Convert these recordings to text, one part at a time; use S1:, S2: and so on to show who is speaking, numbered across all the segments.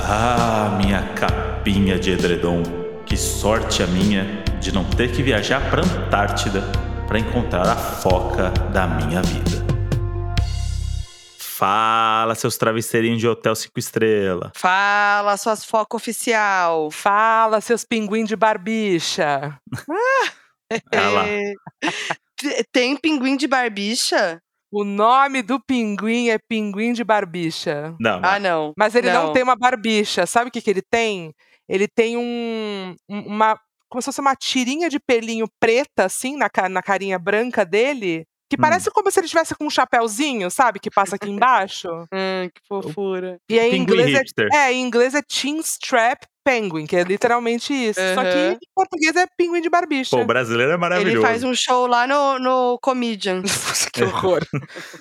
S1: Ah, minha capinha de edredom. Que sorte a minha de não ter que viajar para Antártida para encontrar a foca da minha vida. Fala, seus travesseirinhos de hotel cinco estrelas.
S2: Fala, suas foca oficial.
S3: Fala, seus pinguins de barbicha.
S1: Ah lá.
S3: É.
S2: Te- Tem pinguim de barbicha?
S3: O nome do pinguim é pinguim de barbicha.
S1: Não,
S2: Ah, não.
S3: Mas ele não,
S2: Não.
S3: tem uma barbicha. Sabe o que, que ele tem? Ele tem um, um- uma. Como se fosse uma tirinha de pelinho preta, assim, na, ca- na carinha branca dele. Que
S1: Hum.
S3: parece como se ele tivesse com um chapéuzinho, sabe? Que passa aqui embaixo.
S2: Hum, que fofura.
S3: E aí, em
S1: pinguim
S3: inglês, é,
S1: hipster.
S3: é, em inglês é Chin Strap Penguin, que é literalmente isso. Só que
S2: Aham.
S3: em português é pinguim de barbicha.
S1: Pô, o brasileiro é maravilhoso.
S2: Ele faz um show lá no, no Comedian.
S3: que horror.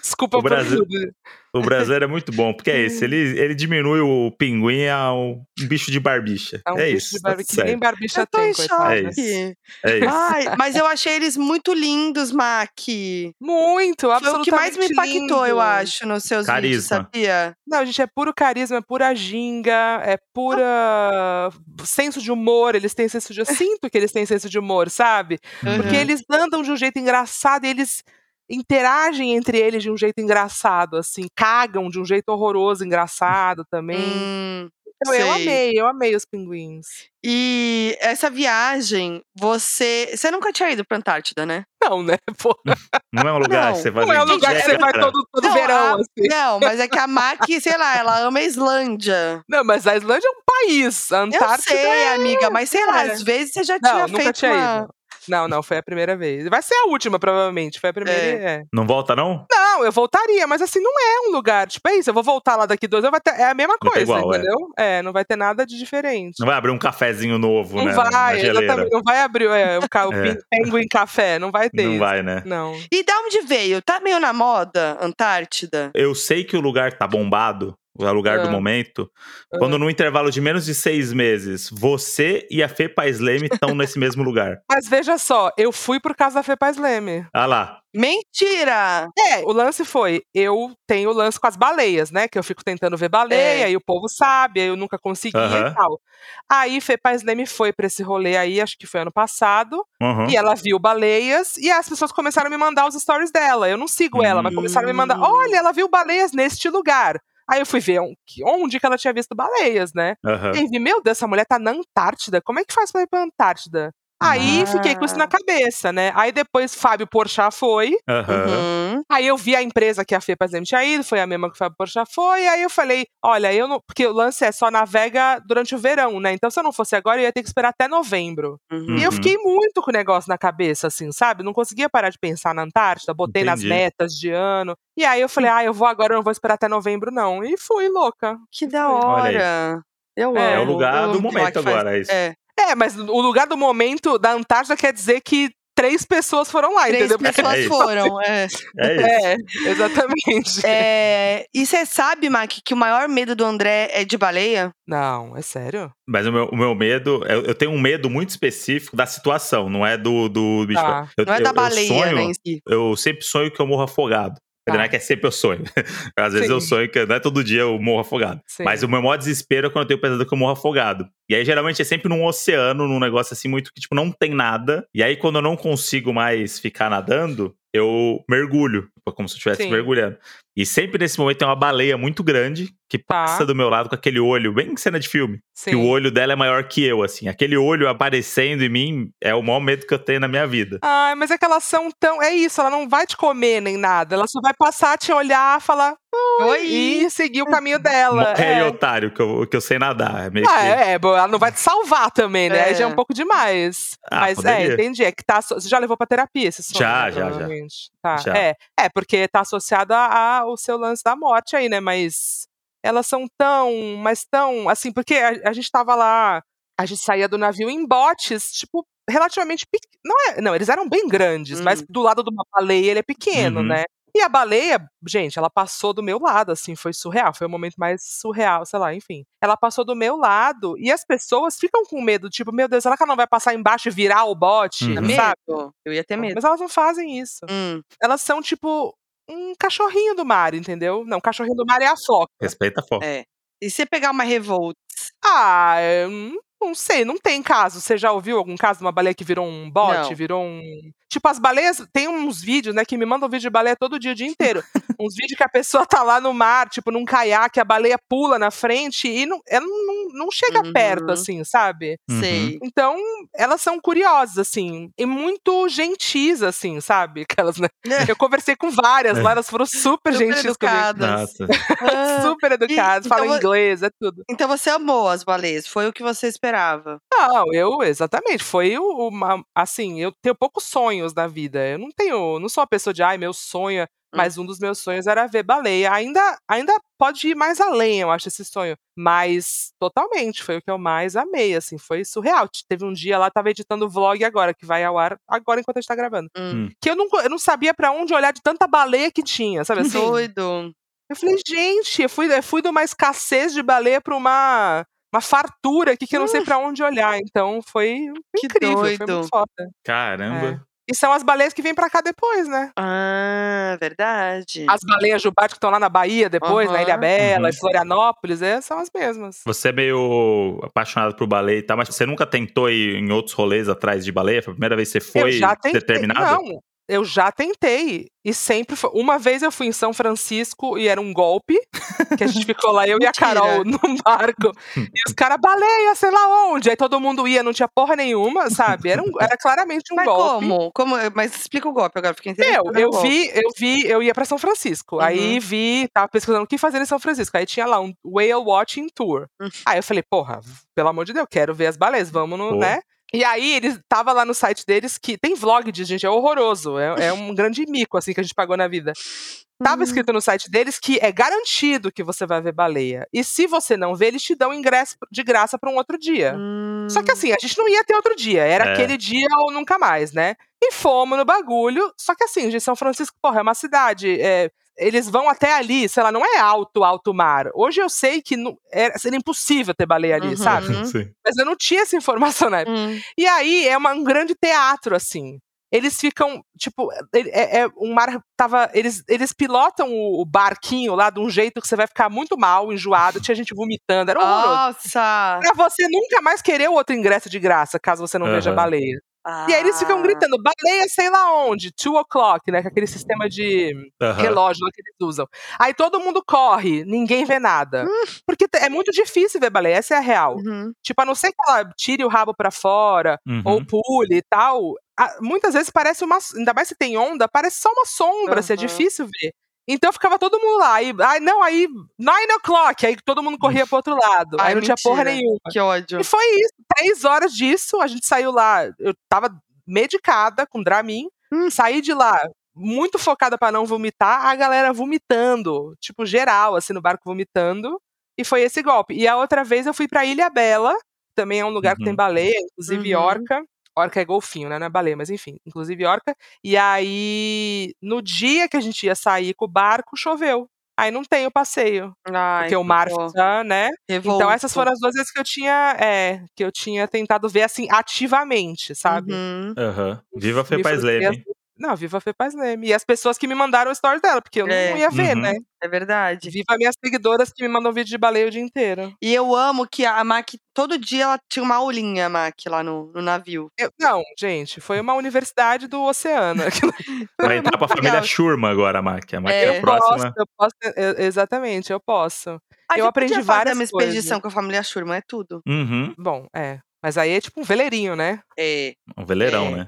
S3: Desculpa
S1: O
S3: por
S1: Brasil-
S3: tudo.
S1: O brasileiro é muito bom, porque é isso. Ele, ele diminui o pinguim a um bicho de barbicha.
S3: É um bicho
S1: isso.
S3: de
S1: tá
S3: barba que
S1: certo.
S3: nem barbicha
S2: Eu tô
S3: tem, né?
S2: em
S3: coitada.
S1: É isso.
S2: choque.
S1: É isso.
S2: Ai, mas eu achei eles muito lindos, Mac. Foi
S3: Muito,
S2: o
S3: absolutamente
S2: que mais me impactou, eu
S3: lindo.
S2: acho, nos seus vídeos,
S1: Carisma.
S2: sabia?
S3: Não, gente, é puro carisma, é pura ginga, é pura senso de humor. Eles têm senso de... Eu sinto que eles têm senso de humor, sabe? Porque
S2: Uhum.
S3: eles andam de um jeito engraçado e eles interagem entre eles de um jeito engraçado, assim. Cagam de um jeito horroroso, engraçado também.
S2: Hum.
S3: então, eu
S2: sei.
S3: amei, eu amei os pinguins.
S2: E essa viagem, você. Você nunca tinha ido pra Antártida, né?
S3: Não, né? Pô,
S1: Não é um lugar
S2: Não,
S1: que você faz
S3: não é um
S1: de
S3: lugar que você vai
S1: cara.
S3: todo, todo
S2: Não,
S3: verão,
S2: a-
S3: assim.
S2: Não, mas é que a Mac, sei lá, ela ama a Islândia.
S3: Não, mas a Islândia é um país. A Antártida
S2: eu sei, amiga, mas sei lá,
S3: cara.
S2: às vezes você já
S3: Não,
S2: tinha
S3: nunca
S2: feito
S3: tinha
S2: uma.
S3: ido. Não, não, foi a primeira vez. Vai ser a última, provavelmente. Foi a primeira. e é.
S1: Não volta, não?
S3: Não, eu voltaria, mas assim, não é um lugar. Tipo, é isso, eu vou voltar lá daqui dois anos, vai ter- é a mesma
S1: Vai
S3: coisa,
S1: ter igual, é.
S3: entendeu? É. não vai ter nada de diferente.
S1: Não vai abrir um cafezinho novo,
S3: Não
S1: né? na
S3: vai,
S1: geleira.
S3: exatamente. Não vai abrir é, o, ca- o
S1: É.
S3: pin- Penguin Café, não vai ter
S1: Não
S3: isso.
S1: vai, né?
S3: Não.
S2: E da onde veio? Tá meio na moda, Antártida?
S1: Eu sei que o lugar tá bombado, o lugar do
S3: Ah.
S1: momento.
S3: Ah.
S1: Quando no intervalo de menos de seis meses, você e a Fê Paz Leme estão nesse mesmo lugar.
S3: Mas veja só, eu fui por causa da Fepaz Leme.
S1: Ah lá.
S2: Mentira!
S3: É, o lance foi, eu tenho o lance com as baleias, né? Que eu fico tentando ver baleia,
S2: É.
S3: e o povo sabe, aí eu nunca consegui
S1: Aham.
S3: e tal. Aí Fepaz Leme foi pra esse rolê aí, acho que foi ano passado,
S2: Hum.
S1: Uhum.
S3: e ela viu baleias, e as pessoas começaram a me mandar os stories dela. Eu não sigo ela, mas começaram a me mandar,
S2: Hum.
S3: olha, ela viu baleias neste lugar. Aí eu fui ver on- que- onde que ela tinha visto baleias, né?
S1: aham.
S2: É.
S3: E aí vi, meu Deus, essa mulher tá na Antártida, como é que faz pra ir pra Antártida? Aí
S2: Ah.
S3: fiquei com isso na cabeça, né? Aí depois Fábio Porchat foi,
S1: Aham.
S2: Uhum.
S3: Aí eu vi a empresa que a FEPAS tinha ido, foi a mesma que o Fábio Porchat foi, aí eu falei, olha, eu não. Porque o lance é só navega durante o verão, né? Então se eu não fosse agora, eu ia ter que esperar até novembro.
S2: uhum.
S3: E eu
S1: Uhum.
S3: fiquei muito com o negócio na cabeça, assim, sabe? Não conseguia parar de pensar na Antártida, botei nas
S1: Entendi.
S3: metas de ano. E aí eu falei, ah, eu vou agora, eu não vou esperar até novembro, não. E fui louca.
S2: Que da
S1: Olha aí.
S2: hora! Eu
S3: É,
S1: É o
S2: amo, eu
S1: lugar
S2: amo
S1: do
S2: que
S1: momento
S2: ela que faz-
S1: agora, é isso.
S2: É.
S3: É, mas o lugar do momento da Antártida quer dizer que três pessoas foram lá,
S2: Três pessoas
S3: entendeu?
S1: É isso.
S2: foram. É.
S1: É isso.
S3: É, exatamente.
S2: É, e você sabe, Mac, que o maior medo do André é de baleia?
S3: Não, é sério?
S1: Mas o meu, o meu medo, eu, eu tenho um medo muito específico da situação, não é do, do bicho.
S3: Tá.
S1: Eu,
S2: Não é
S1: eu-
S2: da
S1: eu
S2: baleia,
S1: sonho-
S2: né, em si.
S1: eu sempre sonho que eu morro afogado. Quer dizer,
S3: Tá.
S1: Não é que é sempre eu sonho. Às vezes
S3: Sim.
S1: eu sonho que não é todo dia eu morro afogado.
S3: Sim.
S1: Mas o meu maior desespero é quando eu tenho pesadelo que eu morro afogado. E aí geralmente é sempre num oceano, num negócio assim muito que tipo não tem nada. E aí quando eu não consigo mais ficar nadando, eu mergulho, tipo, como se eu estivesse
S3: Sim.
S1: mergulhando. E sempre nesse momento tem uma baleia muito grande que
S3: Tá.
S1: passa do meu lado com aquele olho, bem cena de filme.
S3: Sim.
S1: Que o olho dela é maior que eu, assim. Aquele olho aparecendo em mim é o maior medo que eu tenho na minha vida.
S3: Ai, mas é que elas são tão. É isso, ela não vai te comer nem nada. Ela só vai passar, te olhar, falar
S2: Oi!
S3: e seguir o caminho dela.
S1: Morre aí,
S3: é.
S1: otário, que eu, que eu sei nadar. É meio
S3: Ah,
S1: que-
S3: é, é, bom, ela não vai te salvar também, né? Aí já é
S2: É.
S3: um pouco demais.
S1: Ah,
S3: Mas
S1: poderia.
S3: é, entendi. É que tá. asso- Você já levou pra terapia esse sonho?
S1: Já, já,
S3: né,
S1: já.
S3: provavelmente. Tá.
S1: Já.
S3: É, é, porque tá associado a- ao seu lance da morte aí, né? Mas elas são tão, mas tão. Assim, porque a, a gente tava lá, a gente saía do navio em botes, tipo, relativamente pequenos. Não, é, não, eles eram bem grandes,
S2: Uhum.
S3: mas do lado de uma baleia ele é pequeno,
S1: Uhum.
S3: né? E a baleia, gente, ela passou do meu lado, assim, foi surreal. Foi o momento mais surreal, sei lá, enfim. Ela passou do meu lado e as pessoas ficam com medo, tipo, meu Deus, será que ela não vai passar embaixo e virar o bote?
S1: Uhum.
S2: Dá
S3: Sabe?
S2: medo? tá Eu ia ter medo.
S3: Mas elas não fazem isso.
S2: Hum.
S3: Elas são, tipo, um cachorrinho do mar, entendeu? Não, cachorrinho do mar é a foca.
S1: Respeita a foca.
S2: É. E se pegar uma revolta?
S3: Ah, eu não- não sei, não tem caso. Você já ouviu algum caso de uma baleia que virou um bote,
S2: Não.
S3: virou um. Tipo, as baleias, tem uns vídeos, né, que me mandam vídeo de baleia todo dia, o dia inteiro. uns vídeos que a pessoa tá lá no mar, tipo, num caiaque, a baleia pula na frente e não, ela não, não chega
S2: Uhum.
S3: perto, assim, sabe?
S1: Uhum.
S2: Sei.
S3: Então, elas são curiosas, assim, e muito gentis, assim, sabe? Aquelas, né? Eu conversei com várias lá, elas foram
S2: É. Super
S3: super, gentis comigo.
S2: educadas.
S1: Uhum. Nossa.
S2: Ah,
S3: Super educadas, falam
S2: então-
S3: inglês, é tudo.
S2: então você amou as baleias, foi o que você esperava.
S3: Não, eu, exatamente. Foi o- uma. Assim, eu tenho poucos sonhos na vida. Eu não tenho. Não sou uma pessoa de, ai, meu sonho. é-", Mas um dos meus sonhos era ver baleia. Ainda, ainda pode ir mais além, eu acho, esse sonho. Mas, totalmente, foi o que eu mais amei, assim. Foi surreal. Te- Teve um dia lá, tava editando o vlog agora, que vai ao ar agora enquanto a gente tá gravando.
S2: Hum.
S3: Que eu não, eu não sabia pra onde olhar de tanta baleia que tinha, sabe assim?
S2: Doido.
S3: Eu falei, gente, eu fui, eu fui de uma escassez de baleia pra uma, uma fartura aqui que eu não sei pra onde olhar. Então foi
S2: Que
S3: incrível, foi
S2: doido.
S3: muito foda.
S1: Caramba.
S3: E são as baleias que vêm pra cá depois, né?
S2: Ah, verdade.
S3: As baleias jubarte que estão lá na Bahia depois, na
S2: Aham.
S3: Ilha Bela,
S1: Uhum.
S3: em Florianópolis, é, são as mesmas.
S1: Você é meio apaixonado por baleia e tal, mas você nunca tentou ir em outros rolês atrás de baleia? Foi a primeira vez que você
S3: eu
S1: foi
S3: já tentei.
S1: determinado?
S3: Não, eu já tentei. E sempre foi. Uma vez eu fui em São Francisco e era um golpe. Que a gente ficou lá, eu e a
S2: Mentira.
S3: Carol, no barco. E os caras, baleia, sei lá onde. Aí todo mundo ia, não tinha porra nenhuma, sabe? Era, um- era claramente um
S2: Mas
S3: golpe.
S2: como? como? eh, Mas explica o golpe agora, fiquei interessada.
S3: Meu,
S2: no
S3: eu
S2: golpe.
S3: vi, eu vi, eu ia pra São Francisco. Aí vi, tava pesquisando o que fazer em São Francisco. Aí tinha lá um Whale Watching Tour.
S2: Hum.
S3: Aí eu falei, porra, pelo amor de Deus, quero ver as baleias, vamos no,
S1: Pô.
S3: né? E aí eles tava lá no site deles que tem vlog de gente, é horroroso, é, é um grande mico assim que a gente pagou na vida. Tava
S2: Hum.
S3: escrito no site deles que é garantido que você vai ver baleia. E se você não ver, eles te dão ingresso de graça pra um outro dia. Só
S2: Hum.
S3: que assim, a gente não ia ter outro dia. Era
S1: É.
S3: aquele dia ou nunca mais, né? E fomos no bagulho. Só que assim, de São Francisco, porra, é uma cidade. é, eles vão até ali, sei lá, não é alto, alto mar. Hoje eu sei que não, era, seria impossível ter baleia ali,
S2: Uhum.
S3: sabe?
S2: Uhum.
S1: Sim.
S3: Mas eu não tinha essa informação na época.
S2: Hum.
S3: E aí é uma- um grande teatro, assim. Eles ficam, tipo, ele- é, é um mar. Tava, eles, eles pilotam o, o barquinho lá de um jeito que você vai ficar muito mal, enjoado. Tinha gente vomitando, era horroroso.
S2: Nossa!
S3: Pra você nunca mais querer o outro ingresso de graça, caso você não veja
S1: Aham.
S3: baleia. E aí eles ficam
S2: Ah.
S3: gritando, baleia sei lá onde, two o'clock, né? Com aquele sistema de
S1: Uhum. Aham.
S3: relógio lá que eles usam. Aí todo mundo corre, ninguém vê nada.
S2: Hum.
S3: Porque t- é muito difícil ver baleia, essa é a real.
S2: Uhum.
S3: Tipo, a não ser que ela tire o rabo pra fora,
S1: Uhum.
S3: ou pule e tal, a- muitas vezes parece uma. Ainda mais se tem onda, parece só uma sombra, assim, é
S2: Aham.
S3: difícil ver. Então ficava todo mundo lá, aí, ai, não, aí, nine o'clock, aí todo mundo corria pro outro lado,
S2: Ai,
S3: aí não tinha porra
S2: mentira.
S3: nenhuma.
S2: Que ódio.
S3: E foi isso, três horas disso, a gente saiu lá, eu tava medicada com Dramin,
S2: Hum.
S3: saí de lá muito focada pra não vomitar, a galera vomitando, tipo geral assim no barco vomitando, e foi esse golpe. E a outra vez eu fui pra Ilha Bela, também é um lugar que
S1: Uhum.
S3: tem baleia, inclusive
S2: Uhum.
S3: orca. Orca é golfinho, né? Não é baleia, mas enfim, inclusive orca. E aí, no dia que a gente ia sair com o barco, choveu. Aí não tem o passeio,
S2: Ai,
S3: porque o mar
S2: que horror.
S3: fica, né? Então essas
S2: Revolto.
S3: foram as duas vezes que eu tinha, é, que eu tinha tentado ver assim ativamente, sabe?
S2: Uhum.
S1: Aham. Viva a
S3: Me
S1: Fepaz
S3: frustrei
S1: Leme.
S3: as- Não, viva a Fepaz Leme. E as pessoas que me mandaram o stories dela, porque eu
S2: É.
S3: não ia ver,
S1: Uhum.
S3: né?
S2: É verdade.
S3: Viva minhas seguidoras que me mandam vídeo de baleia o dia inteiro.
S2: E eu amo que a Mac, todo dia ela tinha uma aulinha, a Mac, lá no, no navio.
S3: Eu- não, gente, foi uma universidade do oceano. aquilo.
S1: Vai entrar pra
S2: legal.
S1: família Schurma agora, a Mac. A Mac é,
S2: É.
S1: a
S3: Eu posso,
S1: próxima.
S3: eu posso, eu- exatamente, eu posso.
S2: A
S3: Eu
S2: gente
S3: aprendi
S2: podia fazer
S3: várias
S2: uma
S3: coisas.
S2: expedição com a família Schurman, é tudo.
S1: Uhum.
S3: Bom, é. Mas aí é tipo um veleirinho, né?
S2: É,
S1: Um veleirão,
S2: É.
S1: né?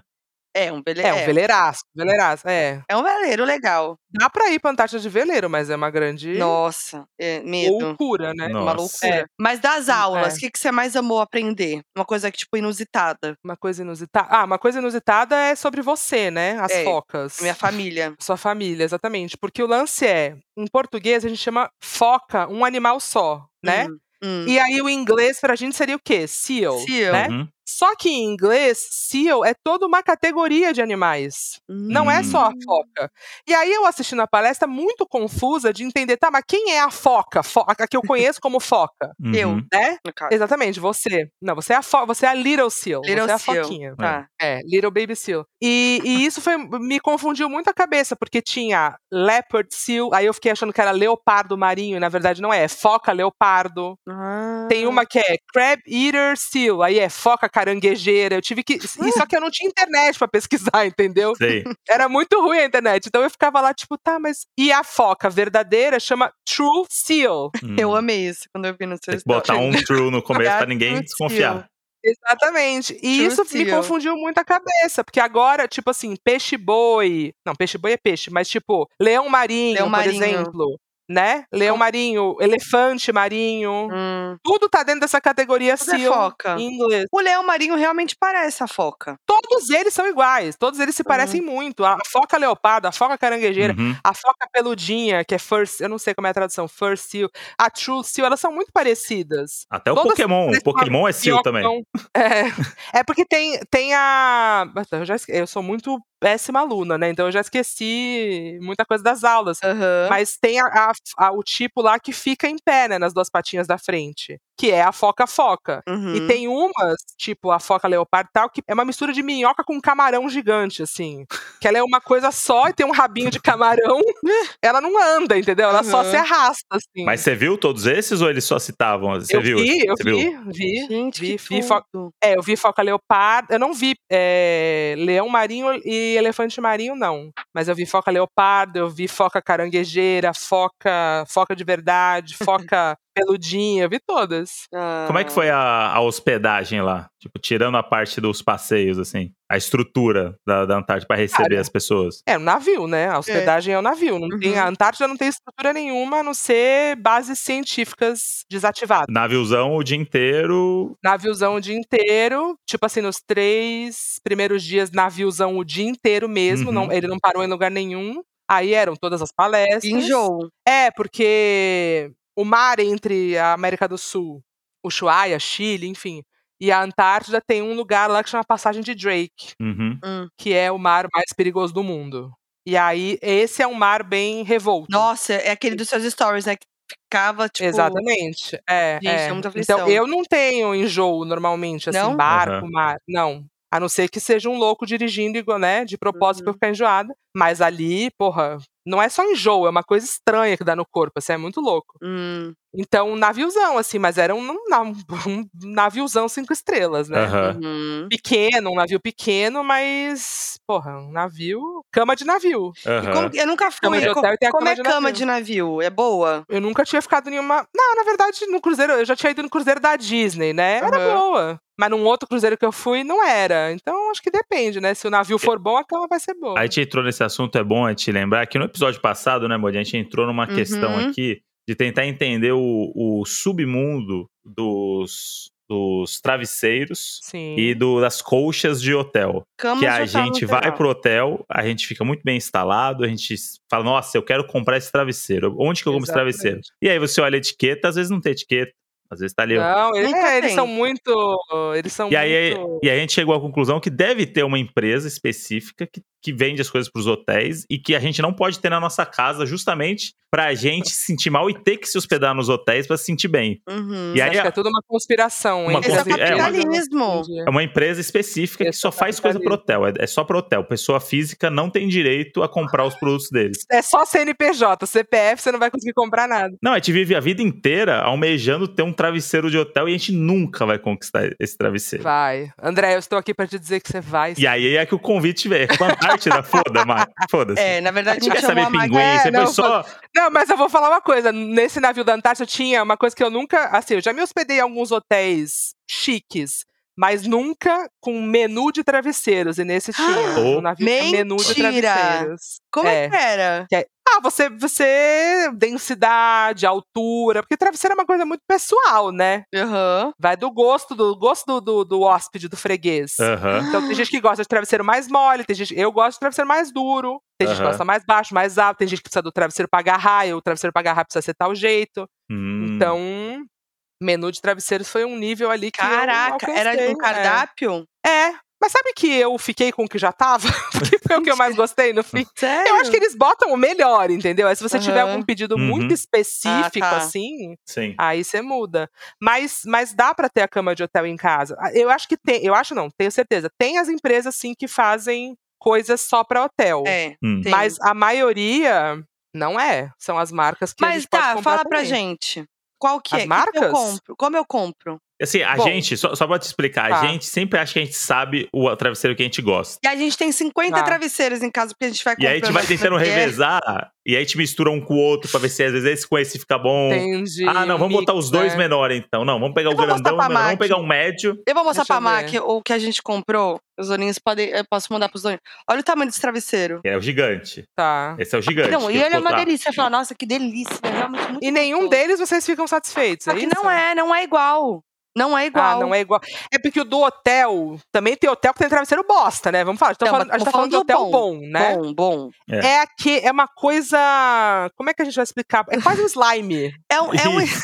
S2: é um veleiro.
S3: É, um veleiraço, veleiraço, é.
S2: É um veleiro legal.
S3: Dá pra ir pra Antártida de veleiro, mas é uma grande
S2: Nossa, é, medo.
S3: loucura, né?
S2: Uma
S1: Nossa.
S2: loucura. Mas das aulas,
S3: É.
S2: o que, que você mais amou aprender? Uma coisa, tipo, inusitada.
S3: Uma coisa inusitada. Ah, uma coisa inusitada é sobre você, né? As
S2: É,
S3: focas.
S2: Minha família.
S3: Sua família, exatamente. Porque o lance é, em português, a gente chama foca um animal só, né?
S2: Hum, hum.
S3: E aí o inglês pra gente seria o quê? Seal.
S2: Seal.
S3: Né?
S1: Uhum.
S3: Só que em inglês, seal é toda uma categoria de animais.
S2: Hum.
S3: Não é só a
S1: Uhum.
S3: foca. E aí eu assistindo a palestra muito confusa de entender, tá, mas quem é a foca? Fo- A que eu conheço como foca,
S1: Uhum.
S2: Eu.
S3: né?
S2: No caso.
S3: Exatamente, você. Não, você é a fo- você é a little seal,
S2: Little
S3: você é a
S2: seal.
S3: foquinha.
S2: Tá.
S3: É, Little Baby Seal. E, e isso foi, me confundiu muito a cabeça, porque tinha Leopard Seal, aí eu fiquei achando que era leopardo marinho, e na verdade não é, é foca leopardo.
S2: Ah.
S3: Tem uma que é Crab Eater Seal, aí é foca caranguejeira. Eu tive que. E só que eu não tinha internet pra pesquisar, entendeu?
S1: Sei.
S3: Era muito ruim a internet. Então eu ficava lá, tipo, tá, mas. E a foca verdadeira chama True Seal.
S2: Eu
S1: Hum.
S2: amei isso quando eu vi no seu
S1: Tem que botar um true no começo pra ninguém
S2: Gato
S1: desconfiar.
S3: Exatamente. E
S2: True
S3: isso me
S2: seal.
S3: confundiu muito a cabeça, porque agora, tipo assim, peixe-boi. Não, peixe-boi é peixe, mas tipo, leão marinho,
S2: Leão
S3: por
S2: marinho. Uhum.
S3: exemplo. Né? Leão
S2: Com-
S3: marinho, elefante marinho.
S2: Hum.
S3: Tudo tá dentro dessa categoria
S2: Tudo é
S3: seal
S2: foca.
S3: em inglês.
S2: O leão marinho realmente parece a foca.
S3: Todos eles são iguais, todos eles
S2: Uhum.
S3: se parecem muito. A foca leopardo, a foca caranguejeira,
S2: Hum.
S1: Uhum.
S3: a foca peludinha, que é first, eu não sei como é a tradução, first seal, a true seal, elas são muito parecidas.
S1: Até o
S3: Todas
S1: Pokémon. O
S3: parecem uma
S1: Pokémon é seal
S3: Pior
S1: também.
S3: não. É, é porque tem, tem a. Nossa, Eu, já esque- eu sou muito péssima aluna, né? Então eu já esqueci muita coisa das aulas.
S2: Aham.
S3: Mas tem a- a- a- o tipo lá que fica em pé, né? Nas duas patinhas da frente. Que é a foca-foca.
S2: Uhum.
S1: Hum.
S3: E tem umas, tipo a foca leopardo e tal, que é uma mistura de minhoca com camarão gigante, assim. Que ela é uma coisa só e tem um rabinho de camarão. ela não anda, entendeu? Ela só
S2: Uhum.
S3: se arrasta, assim.
S1: Mas você viu todos esses ou eles só citavam? Você
S3: eu
S1: viu?
S3: vi, eu
S1: Você
S3: vi,
S1: viu?
S3: vi.
S2: Gente,
S3: vi-
S2: que
S3: vi fo-
S2: tudo.
S3: É, eu vi foca leopardo. Eu não vi é, leão marinho e elefante marinho, não. Mas eu vi foca leopardo, eu vi foca caranguejeira, foca, foca de verdade, foca peludinha, eu vi todas.
S2: Ah.
S1: Como é que foi a, a hospedagem lá? Tipo, tirando a parte dos passeios, assim. A estrutura da, da Antártica pra receber
S3: Cara.
S1: as pessoas.
S3: É, um navio, né? A hospedagem é, um navio. Não tem, a Antártida não tem estrutura nenhuma, a não ser bases científicas desativadas.
S1: Naviozão o dia inteiro.
S3: Naviozão o dia inteiro, tipo assim, nos três primeiros dias, naviozão o dia inteiro mesmo,
S1: Uhum.
S3: não, ele não parou em lugar nenhum. Aí eram todas as palestras.
S2: Enjoo.
S3: É, porque o mar entre a América do Sul, Ushuaia, Chile, enfim, e a Antártida tem um lugar lá que chama Passagem de Drake,
S1: Uhum.
S2: Hum.
S3: que é o mar mais perigoso do mundo. E aí, esse é um mar bem revolto.
S2: Nossa, é aquele dos seus stories, né? Que ficava, tipo.
S3: Exatamente. É,
S2: Gente,
S3: é.
S2: é muita aflição.
S3: então, eu não tenho enjoo normalmente, assim,
S2: Não?
S3: barco,
S1: Aham.
S3: mar. Não. A não ser que seja um louco dirigindo, igual, né? De propósito
S2: Uhum.
S3: pra eu ficar enjoada. Mas ali, porra, não é só enjoo, é uma coisa estranha que dá no corpo. Assim, é muito louco.
S2: Hum,
S3: Então, um naviozão, assim, mas era um, na- um naviozão cinco estrelas, né?
S1: Aham.
S2: uhum.
S3: Pequeno, um navio pequeno, mas, porra, um navio. Cama de navio.
S2: E
S1: Aham.
S2: como- eu nunca fui.
S3: Cama de
S2: Co-
S3: hotel tem a
S2: como
S3: cama
S2: é
S3: de
S2: cama
S3: navio.
S2: de navio? É boa?
S3: Eu nunca tinha ficado em uma. Não, na verdade, no Cruzeiro, eu já tinha ido no Cruzeiro da Disney, né? Era
S2: Aham.
S3: boa. Mas num outro Cruzeiro que eu fui, não era. Então, acho que depende, né? Se o navio for bom, a cama vai ser boa.
S1: A gente entrou nesse assunto, é bom a gente lembrar que no episódio passado, né, Modi, a gente entrou numa
S2: Uhum.
S1: questão aqui de tentar entender o, o submundo dos, dos travesseiros
S3: Sim.
S1: e do- das colchas de hotel.
S2: Cama
S1: que
S2: de
S1: a
S2: hotel no
S1: gente vai
S2: geral.
S1: pro hotel, a gente fica muito bem instalado, a gente fala, nossa, eu quero comprar esse travesseiro. Onde que eu compro esse
S3: Exatamente.
S1: travesseiro? E aí você olha a etiqueta, às vezes não tem etiqueta, às vezes tá ali. ó.
S3: Não, ele-
S2: Nunca
S3: é, eles
S2: tem.
S3: são muito. Eles são
S1: E aí,
S3: muito.
S1: e aí a gente chegou à conclusão que deve ter uma empresa específica que, que vende as coisas pros hotéis e que a gente não pode ter na nossa casa justamente pra gente se sentir mal e ter que se hospedar nos hotéis pra se sentir bem.
S2: Uhum.
S1: E aí
S3: Acho que é tudo uma conspiração,
S1: Uma
S3: entre
S2: Esse é
S3: as
S2: o
S1: consci- é, uma-
S3: empresas.
S2: capitalismo.
S1: É uma empresa específica que
S3: Esse
S1: só faz coisa pro hotel, é, é só pro hotel. Pessoa física não tem direito a comprar os produtos deles.
S3: É só CNPJ, CPF você não vai conseguir comprar nada.
S1: Não, a gente vive a vida inteira almejando ter um travesseiro de hotel e a gente nunca vai conquistar esse travesseiro.
S3: Vai. André, eu estou aqui para te dizer que você vai.
S1: E aí é que o convite vem. Com a Antártida, foda, Mar- foda-se.
S2: É, na
S1: a
S2: verdade,
S1: gente não
S2: me
S1: quer
S2: chamou
S1: assim. saber
S2: a
S1: pinguim,
S2: Maga.
S3: é,
S1: você foi
S3: não,
S1: só.
S3: Não, mas eu vou falar uma coisa. Nesse navio da Antártida tinha uma coisa que eu nunca. Assim, eu já me hospedei em alguns hotéis chiques, mas nunca com menu de travesseiros. E nesse tinha.
S1: Oh.
S3: no navio tinha menu de
S2: Mentira!
S3: travesseiros.
S2: Como é.
S3: É.
S2: que era?
S3: Ah, você, você. Densidade, altura. Porque travesseiro é uma coisa muito pessoal, né?
S2: Aham.
S3: Vai do gosto do gosto do, do, do hóspede, do freguês.
S1: Aham.
S3: Então tem gente que gosta de travesseiro mais mole, tem gente. Eu gosto de travesseiro mais duro. Tem gente que
S1: Aham.
S3: gosta mais baixo, mais alto, tem gente que precisa do travesseiro pra agarrar, e o travesseiro pra agarrar precisa ser tal jeito.
S1: Hum.
S3: Então. Menu de travesseiros foi um nível ali que. eu
S2: Caraca, era
S3: alcancei,
S2: um cardápio?
S3: É. É, Mas sabe que eu fiquei com o que já tava? Porque foi o que eu mais gostei no fim.
S2: Sério?
S3: Eu acho que eles botam o melhor, entendeu? Aí se você tiver
S2: Aham.
S3: algum pedido
S1: Uhum.
S3: muito específico,
S2: Ah, tá.
S3: assim,
S1: Sim.
S3: aí você muda. Mas, mas dá pra ter a cama de hotel em casa. Ah, Eu acho que tem, eu acho não, tenho certeza. Tem as empresas sim que fazem coisas só pra hotel.
S2: É.
S1: Hum.
S2: tem.
S3: mas a maioria não é. São as marcas que a
S2: Mas
S3: gente
S2: tá,
S3: pode comprar
S2: fala pra
S3: também.
S2: gente. Qual que
S3: As
S2: é? O Que que eu
S3: marcas?
S2: compro? Como eu compro?
S1: Assim, a
S3: Bom.
S1: gente, só, só pra te explicar, a
S3: Tá.
S1: gente sempre acha que a gente sabe o travesseiro que a gente gosta.
S2: E a gente tem 50
S3: Tá.
S2: travesseiros em casa, porque a gente vai
S1: E
S2: comprar.
S1: aí a gente vai tentando
S2: é.
S1: revezar, e aí a gente mistura um com o outro pra ver se às vezes esse com esse fica bom.
S3: Entendi.
S1: Ah, não, vamos
S3: mix,
S1: botar os dois
S3: né?
S1: menores então. Não, vamos pegar o
S2: vou mostrar
S1: grandão,
S2: pra
S1: menor, vamos
S2: Maqui.
S1: pegar um médio.
S2: Eu vou mostrar
S3: Deixa
S2: pra
S3: eu ver.
S2: Mac o que a gente comprou. Os olhinhos podem. Eu posso mandar pros olhinhos. Olha o tamanho desse travesseiro.
S1: É o gigante.
S3: Tá.
S1: Esse é o gigante. que
S2: Não, e ele é
S1: ficou
S2: uma
S1: lá.
S2: delícia. Você fala, nossa, que delícia. É realmente muito
S3: E nenhum
S2: gostoso.
S3: deles vocês ficam satisfeitos.
S2: Só
S3: é
S2: que
S3: isso?
S2: não é, não é igual. Não é igual.
S3: Ah, não é igual. É porque o do hotel também tem hotel que tem travesseiro bosta, né? Vamos falar. Então,
S2: Não,
S3: falando,
S2: mas
S3: a gente tá
S2: tô
S3: falando de
S2: falando do
S3: hotel bom, né?
S2: Bom, bom.
S1: É.
S3: É que é uma coisa. Como é que a gente vai explicar? É quase um slime.
S2: É um, é um,
S1: Isso.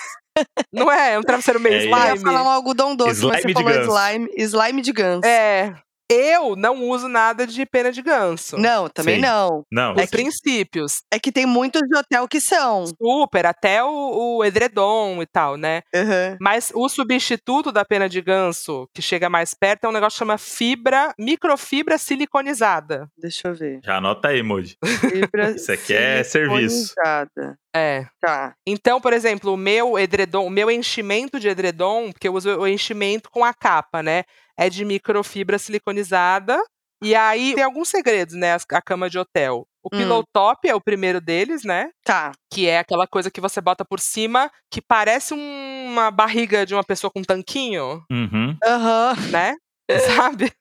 S3: não é? É um travesseiro meio
S1: É,
S2: eu ia falar um
S3: slime.
S2: algodão doce,
S1: Slime
S2: mas você
S1: de
S2: falou
S1: ganso.
S2: slime, slime de ganso.
S3: É. Eu não uso nada de pena de ganso.
S2: Não, também
S1: Sim.
S2: não.
S1: Não,
S3: Os
S1: é
S3: princípios.
S2: É que tem muitos de hotel que são.
S3: Super, até o, o edredom e tal, né?
S2: Aham.
S3: Mas o substituto da pena de ganso, que chega mais perto, é um negócio que chama fibra, microfibra siliconizada.
S2: Deixa eu ver.
S1: já anota aí, Moody.
S2: Fibra
S1: Isso aqui é serviço.
S2: siliconizada.
S3: É.
S2: Tá.
S3: Então, por exemplo, o meu edredom, o meu enchimento de edredom, porque eu uso o enchimento com a capa, né? É de microfibra siliconizada. E aí tem alguns segredos, né? as- A cama de hotel. O
S2: Hum.
S3: pillow top é o primeiro deles, né?
S2: Tá.
S3: Que é aquela coisa que você bota por cima, que parece um- uma barriga de uma pessoa com um tanquinho,
S1: Uhum.
S2: Aham.
S3: né? Sabe?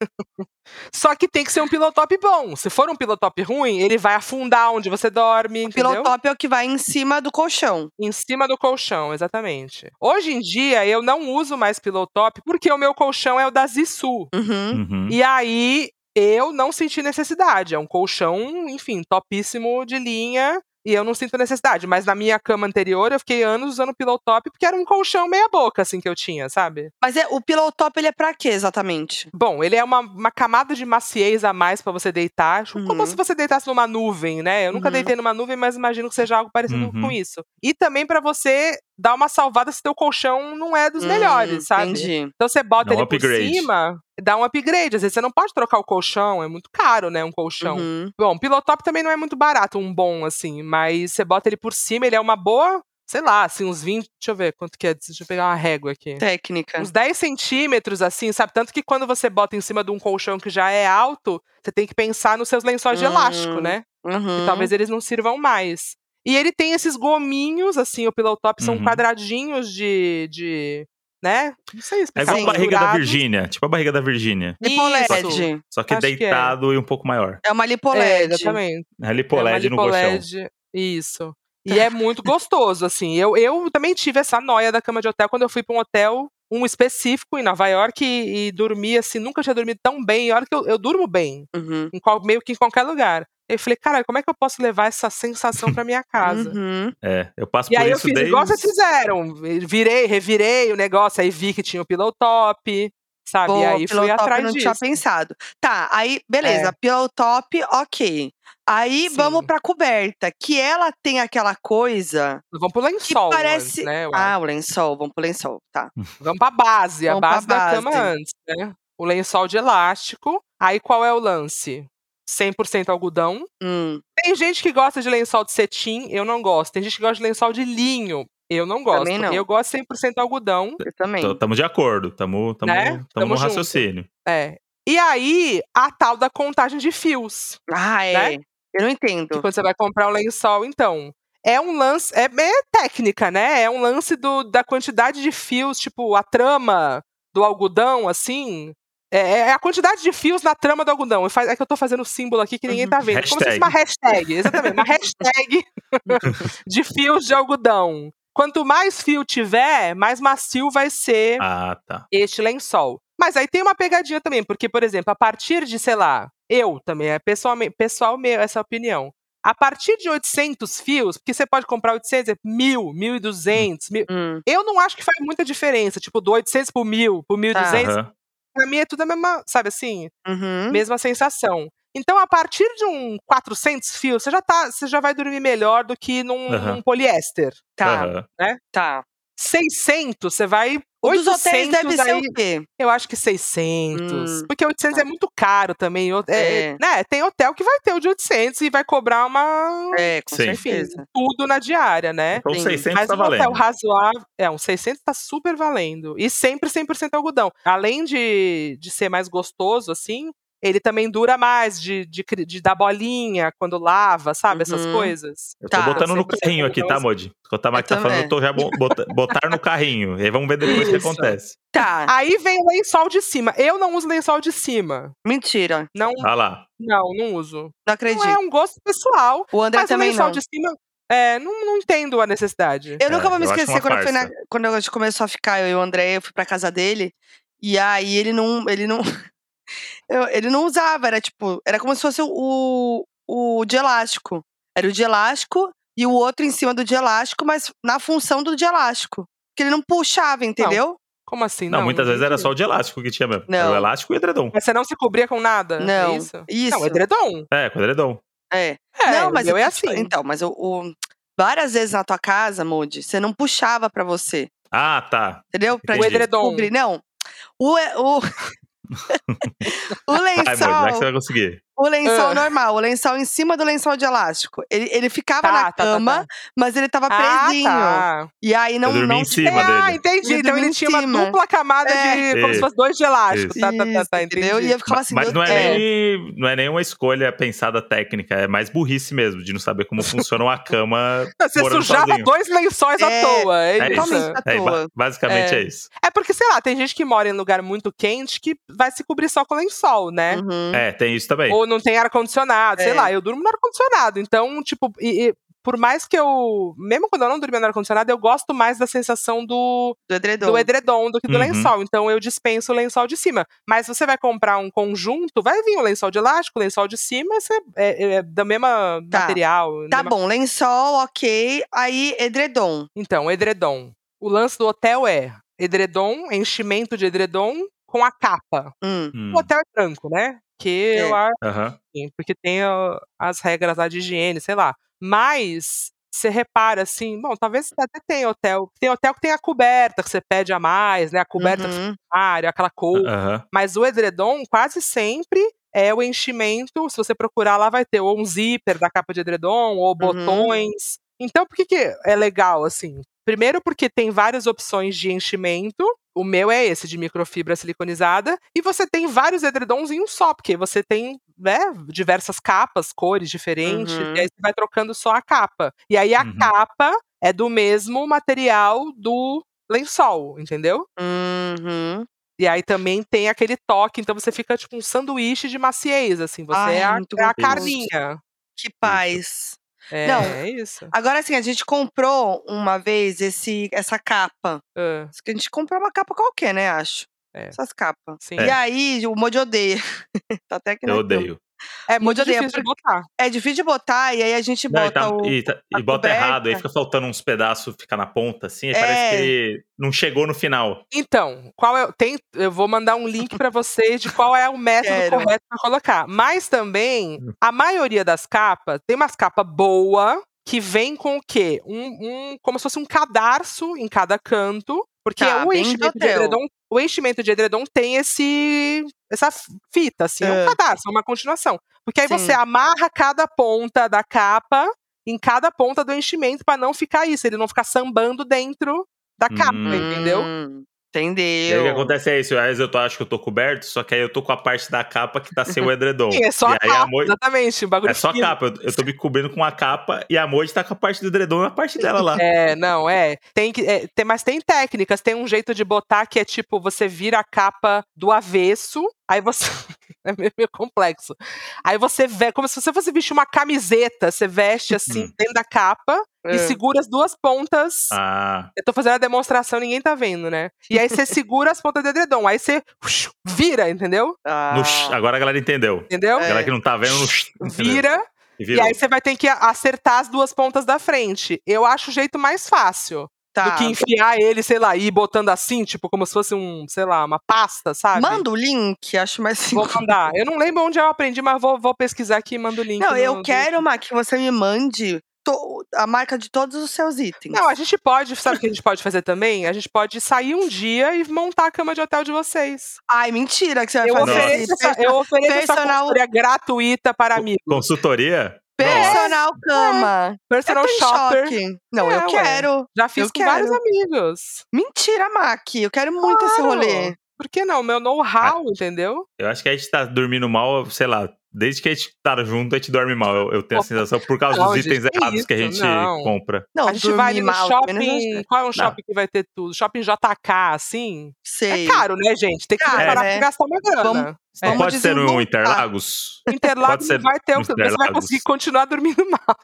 S3: Só que tem que ser um pillow top bom. Se for um pillow top ruim, ele vai afundar onde você dorme,
S2: O pillow
S3: entendeu?
S2: top é o que vai em cima do colchão.
S3: Em cima do colchão, exatamente. Hoje em dia, eu não uso mais pillow top porque o meu colchão é o da Zissu.
S2: Uhum.
S1: Uhum.
S3: Hum, E aí, eu não senti necessidade. É um colchão, enfim, topíssimo de linha. E eu não sinto necessidade. Mas na minha cama anterior, eu fiquei anos usando pillow top porque era um colchão meia boca, assim, que eu tinha, sabe?
S2: Mas é, o pillow top, ele é pra quê, exatamente?
S3: Bom, ele é uma, uma camada de maciez a mais pra você deitar. tipo, Como
S2: Uhum.
S3: se você deitasse numa nuvem, né? Eu nunca
S2: Uhum.
S3: deitei numa nuvem, mas imagino que seja algo parecido
S1: Uhum.
S3: com isso. E também pra você dar uma salvada se teu colchão não é dos
S2: Hum,
S3: melhores, sabe?
S2: Entendi.
S3: Então você bota
S1: Dá um
S3: ele
S1: upgrade.
S3: por cima, dá um upgrade. Às vezes você não pode trocar o colchão, é muito caro, né? Um colchão.
S2: Uhum.
S3: Bom, pilotop também não é muito barato, um bom, assim, mas você bota ele por cima, ele é uma boa, sei lá, assim, uns 20. Deixa eu ver quanto que é. Deixa eu pegar uma régua aqui.
S2: Técnica.
S3: Uns 10 centímetros, assim, sabe? Tanto que quando você bota em cima de um colchão que já é alto, você tem que pensar nos seus lençóis de
S2: Hum.
S3: elástico, né?
S2: Uhum.
S1: Hum,
S3: que talvez eles não sirvam mais. E ele tem esses gominhos, assim, o pillow top são
S1: Uhum.
S3: quadradinhos de, de. né? Não sei
S1: É
S3: explicar.
S1: igual a
S2: Sim.
S1: barriga da
S3: Dourados.
S1: Virgínia. Tipo a barriga da Virgínia.
S3: Isso.
S2: Lipoled.
S1: Só que
S3: Acho que é.
S1: deitado e um pouco maior.
S2: É uma
S3: É,
S2: lipoled.
S3: exatamente.
S1: É
S3: É uma
S1: lipoled no colchão. Tá.
S3: lipoled, Isso. E é muito gostoso, assim. Eu, eu também tive essa noia da cama de hotel quando eu fui pra um hotel, um específico em Nova York, e, e dormi, assim, nunca tinha dormido tão bem. E olha que eu, eu durmo bem,
S2: Uhum.
S3: em qual- meio que em qualquer lugar. Eu falei, caralho, como é que eu posso levar essa sensação pra minha casa?
S2: Uhum.
S1: É, eu passo
S3: E
S1: por
S3: aí eu
S1: isso
S3: fiz
S1: desde...
S3: igual vocês fizeram. Virei, revirei o negócio, aí vi que tinha o pillow top, sabe? E
S2: Boa,
S3: aí
S2: pillow top
S3: fui
S2: eu
S3: atrás
S2: não
S3: disso. É.
S2: tinha pensado. Tá, aí, beleza, pillow top, ok. Aí
S3: Sim.
S2: vamos pra coberta, que ela tem aquela coisa.
S3: Vamos pro lençol,
S2: Que
S3: antes,
S2: parece-
S3: né? eu
S2: Ah, o lençol, vamos pro lençol, tá.
S3: acho. Vamos pra base, a
S2: vamos pra
S3: base da cama
S2: base.
S3: antes, né? O lençol de elástico. Aí qual é o lance? 100% algodão.
S2: Hum,
S3: Tem gente que gosta de lençol de cetim, eu não gosto. Tem gente que gosta de lençol de linho, eu não gosto.
S2: Também não.
S3: Eu gosto 100% algodão.
S2: eu também.
S1: Tô- Tamo de acordo. Tamo, tamo,
S3: Né?
S1: tamo,
S3: Tamo
S1: no
S3: junto.
S1: raciocínio.
S3: É. E aí, a tal da contagem de fios.
S2: Ah, é.
S3: Né?
S2: Eu não
S3: que
S2: entendo.
S3: quando você vai comprar um lençol, então. É um lance, é, é técnica, né? É um lance do, da quantidade de fios, tipo, a trama do algodão, assim. É, é a quantidade de fios na trama do algodão. Eu faz- É que eu tô fazendo o símbolo aqui que ninguém
S2: Uhum.
S3: tá vendo. É Como se fosse uma hashtag, exatamente. Uma hashtag de fios de algodão. Quanto mais fio tiver, mais macio vai ser
S1: Ah, tá.
S3: este lençol. Mas aí tem uma pegadinha também, porque, por exemplo, a partir de, sei lá, eu também, é pessoalmente, pessoal meu, essa opinião. A partir de 800 fios, porque você pode comprar 800, é 1.000, 1.200, 1.000.
S2: Hum,
S3: Eu não acho que faz muita diferença, tipo, do 800 pro 1.000, pro
S2: Tá.
S3: 1.200.
S1: Aham.
S3: Pra mim é tudo a mesma, sabe assim?
S2: uhum.
S3: mesma sensação. Então, a partir de um 400 fios, você já, tá, você já vai dormir melhor do que num,
S1: Aham.
S3: num poliéster.
S2: Tá,
S1: Aham.
S2: tá.
S3: 600, você vai.
S2: O dos hotéis
S3: 800
S2: deve ser um
S3: aí,
S2: o quê?
S3: eu acho que 600.
S2: Hum,
S3: porque 800 é muito caro também. o- é-
S2: É.
S3: né, tem hotel que vai ter o de 800 e vai cobrar uma.
S2: É, com
S1: Sim.
S3: Enfim,
S2: certeza.
S3: tudo na diária, né?
S1: Então
S2: Sim.
S1: 600
S3: Mas
S1: tá
S3: um hotel
S1: valendo.
S3: razoável. É, um 600 tá super valendo. E sempre 100% algodão. Além de, de ser mais gostoso, assim, ele também dura mais de, de, cri- de dar bolinha quando lava, sabe? Essas
S2: Uhum.
S3: coisas.
S1: Eu tô
S2: Tá,
S1: botando no
S3: 100%
S1: carrinho aqui, tá,
S3: algodão.
S1: Modi? Enquanto a Mari
S2: Eu
S1: tá falando,
S2: também.
S1: eu tô já bo- bota- botar no carrinho. E aí vamos ver depois o que
S3: Isso.
S1: acontece.
S2: Tá,
S3: Aí vem o lençol de cima. Eu não uso lençol de cima.
S2: mentira.
S3: Não,
S1: Olha lá.
S3: não, não uso.
S2: Não
S3: Não
S2: acredito.
S3: é um gosto pessoal.
S2: O André
S3: Mas o
S2: também
S3: lençol
S2: não.
S3: de cima, é, não, não entendo a necessidade.
S2: Eu nunca
S1: É,
S2: vou me
S1: eu acho
S2: esquecer
S1: uma
S2: quando, eu fui na-
S1: farsa.
S2: quando a gente começou a ficar, eu e o André, eu fui pra casa dele. E aí ele não. Ele não, eu- ele não usava, era tipo. Era como se fosse o, o de elástico. Era o de elástico e o outro em cima do de elástico, mas na função do de elástico. Que ele não puxava, entendeu?
S3: Como assim?
S1: Não, muitas vezes era
S3: entendi.
S1: só o de elástico que tinha mesmo.
S2: Não.
S1: Era o elástico e o edredom.
S3: Mas você não se cobria com nada?
S2: Não.
S3: É isso?
S2: Isso.
S3: Não, edredom.
S1: É, com o edredom.
S2: é.
S3: É,
S2: não, mas
S3: eu
S2: o
S3: é
S2: que te fa-
S3: assim.
S2: Então, mas o, o- várias vezes na tua casa, Moody, você não puxava pra você,
S1: Ah, tá.
S2: entendeu? Pra
S1: O
S3: edredom.
S2: descobrir. Não. O, é, o,
S1: Vai, Modi, já é que
S2: o lençol,
S1: você vai conseguir.
S2: o lençol
S1: é.
S3: Ah.
S2: normal, o lençol em cima do lençol de elástico. Ele, ele ficava
S3: Tá,
S2: na
S3: tá, tá,
S2: cama,
S3: tá.
S2: mas ele tava presinho.
S3: Ah, tá.
S2: E aí não,
S1: eu dormi
S2: não
S1: em cima
S3: ah,
S1: dele.
S3: entendi.
S2: Ele
S3: então
S2: dormia
S3: ele
S2: em
S3: tinha uma
S2: cima.
S3: dupla camada
S2: É.
S3: de. como se
S1: Isso.
S3: fosse dois de elástico.
S1: Isso.
S3: Tá, tá, tá, tá.
S2: Isso, entendeu? E
S3: Entendi.
S2: eu ficava assim,
S1: Mas
S2: meu
S1: não é,
S2: Deus.
S1: nem, não é nenhuma escolha pensada técnica, é mais burrice mesmo, de não saber como funciona uma cama.
S3: Você
S1: morando
S3: sujava
S1: sozinho.
S3: dois lençóis
S2: É,
S3: à toa. É,
S1: É
S3: isso.
S2: totalmente
S1: isso.
S2: à
S1: É, ba-
S2: toa.
S1: basicamente
S3: É.
S1: é isso.
S3: É porque, sei lá, tem gente que mora em lugar muito quente que vai se cobrir só com lençol, né?
S2: Uhum.
S1: É, tem isso também.
S3: Ou não tem ar-condicionado,
S2: É.
S3: sei lá, eu durmo no ar-condicionado. Então, tipo, e- e por mais que eu. Mesmo quando eu não dormia no ar-condicionado, eu gosto mais da sensação do,
S2: Do edredom.
S3: do edredom do que do
S1: Uhum.
S3: lençol. Então eu dispenso o lençol de cima. Mas você vai comprar um conjunto, vai vir o lençol de elástico, o lençol de cima, você é, é da mesma
S2: Tá.
S3: material. da
S2: Tá
S3: mesma-
S2: bom, lençol, ok. Aí, edredom.
S3: Então, edredom. O lance do hotel é edredom, enchimento de edredom com a capa.
S2: Hum,
S1: Hum,
S3: O hotel é branco, né? Que
S2: É.
S3: eu acho.
S1: aham.
S3: assim, porque tem ó, as regras lá de higiene, sei lá. Mas você repara assim, bom, talvez até tenha hotel. Tem hotel que tem a coberta, que você pede a mais, né? A coberta do
S2: uhum.
S3: armário, aquela cor.
S1: aham.
S3: Mas o edredom quase sempre é o enchimento. Se você procurar lá, vai ter ou um zíper da capa de edredom,
S1: Uhum.
S3: ou botões. Então, por que, que é legal, assim? Primeiro, porque tem várias opções de enchimento. O meu é esse, de microfibra siliconizada. E você tem vários edredons em um só, porque você tem né, diversas capas, cores diferentes.
S2: Uhum.
S3: E aí você vai trocando só a capa. E aí a
S1: Uhum.
S3: capa é do mesmo material do lençol, entendeu?
S2: Uhum.
S3: E aí também tem aquele toque, então você fica tipo um sanduíche de maciez, assim. Você
S2: Ai,
S3: é, a,
S2: muito
S3: é a
S2: gostoso.
S3: carninha.
S2: Que paz.
S3: É,
S2: Não.
S3: é isso.
S2: Agora assim, a gente comprou uma vez esse, essa capa.
S3: Ah,
S2: A gente comprou uma capa qualquer, né? Acho.
S3: É.
S2: Essas capas.
S3: sim.
S2: E aí, o Moji odeia. tá até aqui na
S1: Eu
S2: cama.
S1: odeio.
S3: É muito
S2: Mojo odeia
S3: difícil de botar.
S2: É difícil de botar, e aí a gente
S1: Não, e,
S2: bota
S1: tá-
S2: o.
S1: e tá-
S2: a
S1: e bota errado, aí
S2: coberta.
S1: fica faltando uns pedaços, fica na ponta, assim, aí
S2: É.
S1: parece que não chegou no final.
S3: Então, qual é, o- tem, eu vou mandar um link pra vocês de qual é o método
S2: Quero. Hum.
S3: correto pra colocar. Mas também, a maioria das capas, tem umas capas boa que vem com o quê? Um, um- como se fosse um cadarço em cada canto, porque
S2: Tá,
S3: o
S2: bem de
S3: enchimento de
S2: hotel.
S3: edredom, o enchimento de edredom tem esse essa fita assim, é
S2: É.
S3: um cadarço, é uma continuação. Porque aí
S2: Sim.
S3: você amarra cada ponta da capa em cada ponta do enchimento pra não ficar isso, ele não ficar sambando dentro da capa,
S1: Hum.
S3: entendeu?
S2: Hum,
S1: E aí o que
S2: Entendeu?
S1: acontece é isso, às vezes eu tô- acho que eu tô coberto, só que aí eu tô com a parte da capa que tá sem o edredom.
S3: Sim, é só
S1: e
S3: a
S1: aí
S3: capa,
S1: a Moji-
S3: exatamente. O bagulho
S1: É só a
S3: fino.
S1: capa, eu, eu tô me cobrindo com a capa e a Moji tá com a parte do edredom e a parte dela lá.
S3: É, não, é. Tem que, é, tem, mas tem técnicas. Tem um jeito de botar que é tipo, você vira a capa do avesso, aí você. é meio, meio complexo. Aí você vê, como se você fosse vestir uma camiseta, você veste assim, dentro da capa
S2: É.
S3: e segura as duas pontas.
S1: Uhum. Ah,
S3: Eu tô fazendo a demonstração, ninguém tá vendo, né? E aí você segura as pontas do edredom, aí você ush, vira, entendeu?
S2: Ah,
S1: no sh- agora a galera entendeu.
S3: Entendeu?
S1: A
S2: É.
S1: galera que não tá vendo no sh-
S3: Vira.
S1: E
S3: E
S1: virou.
S3: aí você vai ter que acertar as duas pontas da frente. Eu acho o jeito mais fácil
S2: Tá.
S3: do que enfiar ele, sei lá, e ir botando assim, tipo, como se fosse um, sei lá, uma pasta, sabe?
S2: Manda o link, acho mais
S3: Vou
S2: seguro.
S3: mandar. Eu não lembro onde eu aprendi, mas vou, vou pesquisar aqui e mando o link.
S2: Não,
S3: no-
S2: eu
S3: do-
S2: quero, Má, que você me mande to- a marca de todos os seus itens.
S3: Não, a gente pode, sabe o que a gente pode fazer também? A gente pode sair um dia e montar a cama de hotel de vocês.
S2: Ai, mentira que você vai
S3: Eu
S2: fazer
S3: ofereço,
S2: isso.
S3: essa, eu ofereço essa
S2: personal-
S3: consultoria gratuita para amigos.
S1: Consultoria? Nossa.
S2: Personal
S3: é.
S2: cama.
S3: Personal
S2: eu tô em
S3: shopper.
S2: choque. Não,
S3: É,
S2: eu
S3: ué.
S2: quero.
S3: Já fiz
S2: Eu
S3: com vários amigos.
S2: Mentira, Mac. Eu quero muito esse
S3: Claro.
S2: rolê.
S3: Por que não? Meu know-how, entendeu?
S1: Eu acho que a gente tá dormindo mal, sei lá. Desde que a gente tá junto, a gente dorme mal. Eu, eu tenho a
S3: Opa.
S1: sensação por causa
S3: Não,
S1: dos
S3: gente,
S1: itens
S3: que
S1: errados que a
S3: isso,
S1: gente
S3: não.
S1: compra.
S2: Não,
S3: a gente vai ali
S2: dormir
S3: no
S2: mal também não
S3: shopping. Qual é um shopping que vai ter tudo? Shopping JK, assim?
S2: Sei.
S3: É caro, né, gente? Tem que
S2: Caro,
S3: parar
S2: né?
S3: pra gastar uma grana.
S2: Vamos-
S1: Só
S2: Vamos
S1: pode ser um
S2: desenvolver.
S1: Interlagos?
S3: Interlagos
S1: ser
S3: não vai ter o que você vai
S1: Interlagos.
S3: conseguir continuar dormindo mal.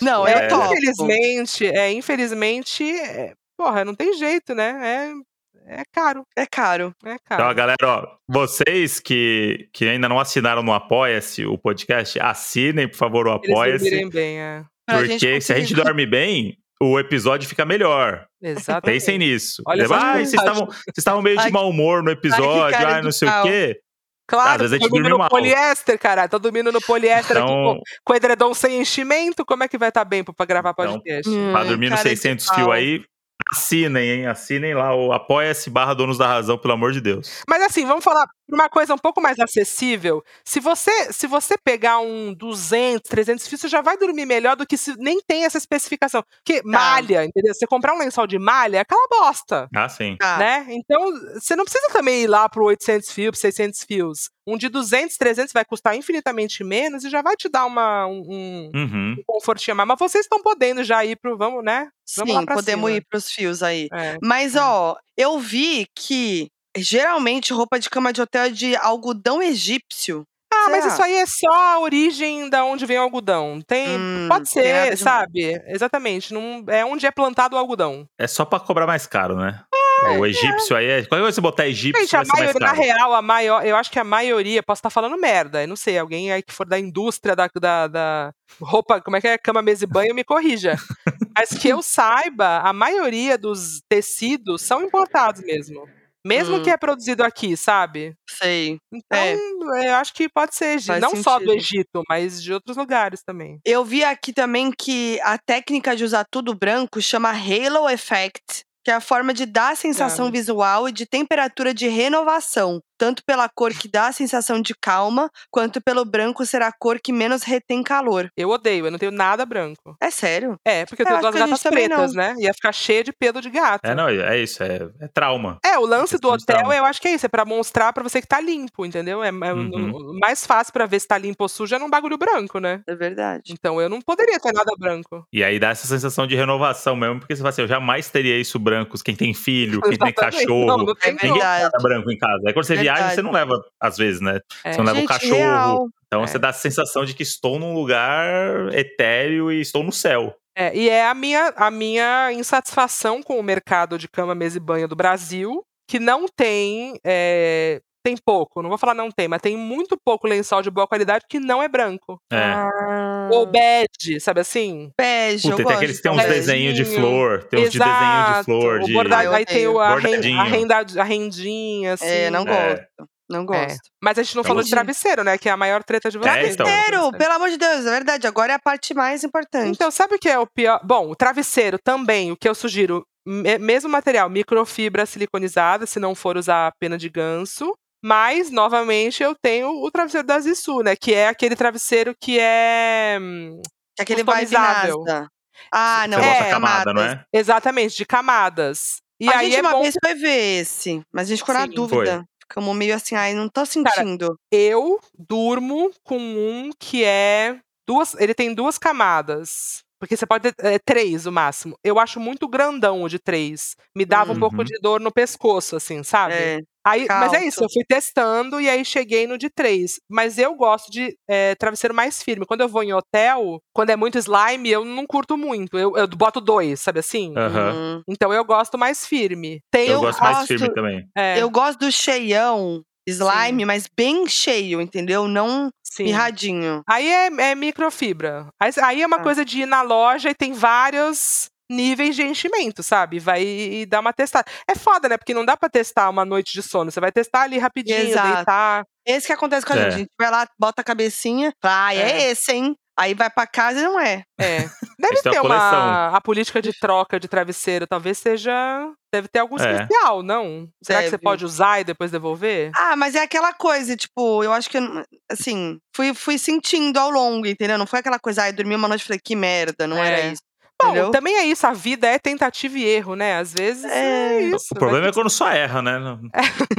S2: Não,
S1: É,
S2: eu topo.
S3: Infelizmente, é, infelizmente, é, porra, não tem jeito, né? É, é caro,
S2: É caro.
S3: é
S1: Então,
S3: caro.
S1: galera, ó, vocês que, que ainda não assinaram no Apoia-se o podcast, assinem, por favor, o
S3: Eles
S1: Apoia-se.
S3: dormirem bem, é.
S2: Pra
S1: Porque se a
S2: conseguir-
S1: gente dorme bem, o episódio fica melhor.
S3: Exatamente.
S1: Pensem nisso.
S3: Olha
S1: Leva-
S3: só que
S1: Ai, vocês
S3: vantagem.
S1: estavam vocês estavam meio de
S2: Ai,
S1: mau humor no episódio,
S2: cara
S1: ai,
S2: de
S1: não sei o
S2: pau.
S1: quê. Às
S3: Claro,
S1: vezes
S3: tô
S1: a gente
S3: dormindo
S1: dormiu
S3: no
S1: mal.
S3: poliéster, cara. Tô dormindo no poliéster aqui
S1: Então,
S3: com, com o edredom sem enchimento. Como é que vai estar bem pra, pra gravar
S1: Então,
S3: podcast?
S2: Hum,
S1: pra dormir nos
S2: cara de
S1: 600
S2: pau.
S1: fio aí, assinem, hein? Assinem lá o apoia-se barra donos da razão, pelo amor de Deus.
S3: Mas assim, vamos falar pra uma coisa um pouco mais acessível. Se você, se você pegar um 200, 300 fios, você já vai dormir melhor do que se nem tem essa especificação. Porque malha, entendeu? Você comprar um lençol de malha é aquela bosta,
S1: Ah, sim.
S2: Tá.
S3: né? Então, você não precisa também ir lá pro 800 fios, pro 600 fios. Um de 200, 300 vai custar infinitamente menos e já vai te dar uma, um, um
S1: Uhum.
S3: confortinho a mais. Mas vocês estão podendo já ir pro, vamos, né? Vamos lá
S2: Sim,
S3: pra
S2: podemos
S3: cima.
S2: ir pros fios aí.
S3: É.
S2: Mas,
S3: É.
S2: ó, eu vi que geralmente roupa de cama de hotel é de algodão egípcio.
S3: Ah, mas
S2: Será?
S3: isso aí é só a origem da onde vem o algodão. Tem,
S2: Hum,
S3: Pode
S2: tem nada
S3: ser,
S2: de mal.
S3: sabe? Exatamente. Num- é onde é plantado o algodão.
S1: É só pra cobrar mais caro, né? o egípcio aí é. Qualquer coisa que você botar
S2: Tipo,
S1: egípcio,
S3: Gente, a
S1: vai ser mais
S3: maioria, na
S1: caro.
S3: real, a maior, eu acho que a maioria, posso estar falando merda, eu não sei, alguém aí que for da indústria da, da- da roupa, como é que é? Cama, mesa e banho, me corrija. Mas que eu saiba, a maioria dos tecidos são importados mesmo. Mesmo
S2: Hum.
S3: que é produzido aqui, sabe?
S2: Sei.
S3: Então,
S2: É.
S3: eu acho que pode ser, egípcio.
S2: Faz
S3: não só do
S2: sentido.
S3: Egito, mas de outros lugares também.
S2: Eu vi aqui também que a técnica de usar tudo branco chama Halo Effect, que é a forma de dar a sensação
S3: Ah.
S2: visual e de temperatura de renovação, tanto pela cor que dá a sensação de calma, quanto pelo branco ser a cor que menos retém calor.
S3: Eu odeio, eu não tenho nada branco.
S2: É sério?
S3: É, porque eu
S2: Eu
S3: tenho
S2: acho
S3: duas
S2: que a gente
S3: gatas
S2: também não.
S3: pretas, né? Ia ficar cheia de pelo de gato.
S1: É, não, é isso, é, é trauma.
S3: É, o lance do
S1: Questão de
S3: hotel,
S1: trauma.
S3: eu acho que é isso, é pra mostrar pra você que tá limpo, entendeu? É, é o-
S1: Uhum.
S3: o mais fácil pra ver se tá limpo ou sujo é num bagulho branco, né?
S2: É verdade.
S3: Então eu não poderia ter nada branco.
S1: E aí dá essa sensação de renovação mesmo, porque você fala assim, eu jamais teria isso brancos, quem tem filho, quem tem
S3: Exatamente.
S1: cachorro,
S3: Não, não
S2: É
S3: tem como.
S1: ninguém
S2: verdade.
S1: tá branco em casa. Aí quando você viaja,
S2: Verdade.
S1: você não leva, às vezes, né?
S3: É.
S1: Você não leva o
S2: Gente,
S1: cachorro.
S2: real.
S1: Então
S3: É.
S1: você dá a sensação de que estou num lugar etéreo e estou no céu.
S3: É, e é a minha, a minha insatisfação com o mercado de cama, mesa e banho do Brasil, que não tem. é, tem pouco, não vou falar não tem, mas tem muito pouco lençol de boa qualidade que não é branco.
S1: É.
S2: Ah,
S3: Ou bege, sabe assim?
S2: bege, eu
S1: Puta, tem
S2: gosto
S1: aqueles
S2: de
S1: que tem uns
S2: bege.
S1: desenhos de
S3: Beijinho.
S1: flor, tem uns de desenho de
S3: um Exato,
S1: flor,
S3: o
S1: de...
S3: bordado-
S2: Eu
S3: aí tem o-
S2: odeio.
S3: a, ren,
S1: Bordadinho.
S3: a, renda- a rendinha, assim.
S2: É, não
S1: É.
S2: gosto. Não gosto.
S3: Mas a gente não
S1: Eu
S3: falou
S2: gosto.
S3: de travesseiro, né? Que é a maior treta de vocês. né?
S1: então.
S2: Sério, pelo amor de Deus, é verdade. Agora é a parte mais importante.
S3: Então, sabe o que é o pior? Bom, o travesseiro também, o que eu sugiro, me- mesmo material, microfibra siliconizada, se não for usar a pena de ganso. Mas, novamente, eu tenho o travesseiro da Zissu, né? Que é aquele travesseiro que é. hum,
S2: Que aquele vibe
S3: Customizável.
S2: NASA. Ah, não.
S1: você
S3: é,
S1: bota a camada, não é?
S3: Exatamente, de camadas. E
S2: a
S3: aí
S2: gente
S3: é
S2: uma
S3: bom
S2: vez foi ver esse, mas a gente ficou na
S3: Sim.
S2: dúvida. Ficamos meio assim, ai, não tô sentindo.
S3: Eu durmo com um que é duas. Ele tem duas camadas. Porque você pode ter é, três o máximo. Eu acho muito grandão o de três. Me dava um pouco
S1: Uhum.
S3: de dor no pescoço, assim, sabe?
S2: é,
S3: Aí- mas é
S2: Calço.
S3: isso, eu fui testando e aí cheguei no de três. Mas eu gosto de é, travesseiro mais firme. Quando eu vou em hotel, quando é muito slime, eu não curto muito. Eu, eu boto dois, sabe assim?
S1: Aham.
S2: hum.
S3: Então eu gosto mais firme. Tem
S1: Eu,
S2: Eu
S1: gosto mais
S2: gosto-
S1: firme também.
S3: é,
S2: Eu gosto do cheião, Slime, mas bem cheio, entendeu? Não
S3: Sim.
S2: mirradinho.
S3: Aí é, é microfibra. Aí, aí é uma
S2: Tá.
S3: coisa de ir na loja e tem vários níveis de enchimento, sabe? Vai e dar uma testada. É foda, né? Porque não dá pra testar uma noite de sono. Você vai testar ali rapidinho,
S2: Exato.
S3: deitar.
S2: Esse que acontece com a
S1: É.
S2: gente. A gente vai lá, bota a cabecinha, fala, ah, é, esse, hein? Aí vai pra casa e não é.
S3: É. Deve
S1: Isso é uma
S3: ter uma
S1: coleção.
S3: a política de troca de travesseiro, talvez seja, deve ter algum
S1: É.
S3: especial, não? Será que você
S2: Deve.
S3: pode usar e depois devolver?
S2: Ah, mas é aquela coisa, tipo, eu acho que, eu não- assim, fui, fui sentindo ao longo, entendeu? Não foi aquela coisa, ai, dormi uma noite e falei, que merda, não
S3: É.
S2: era isso.
S3: Bom,
S2: Entendeu?
S3: também é isso, a vida é tentativa e erro, né? Às vezes é,
S2: É.
S3: isso.
S1: o
S3: vai
S1: problema
S3: ter
S1: é quando só erra, né? Não-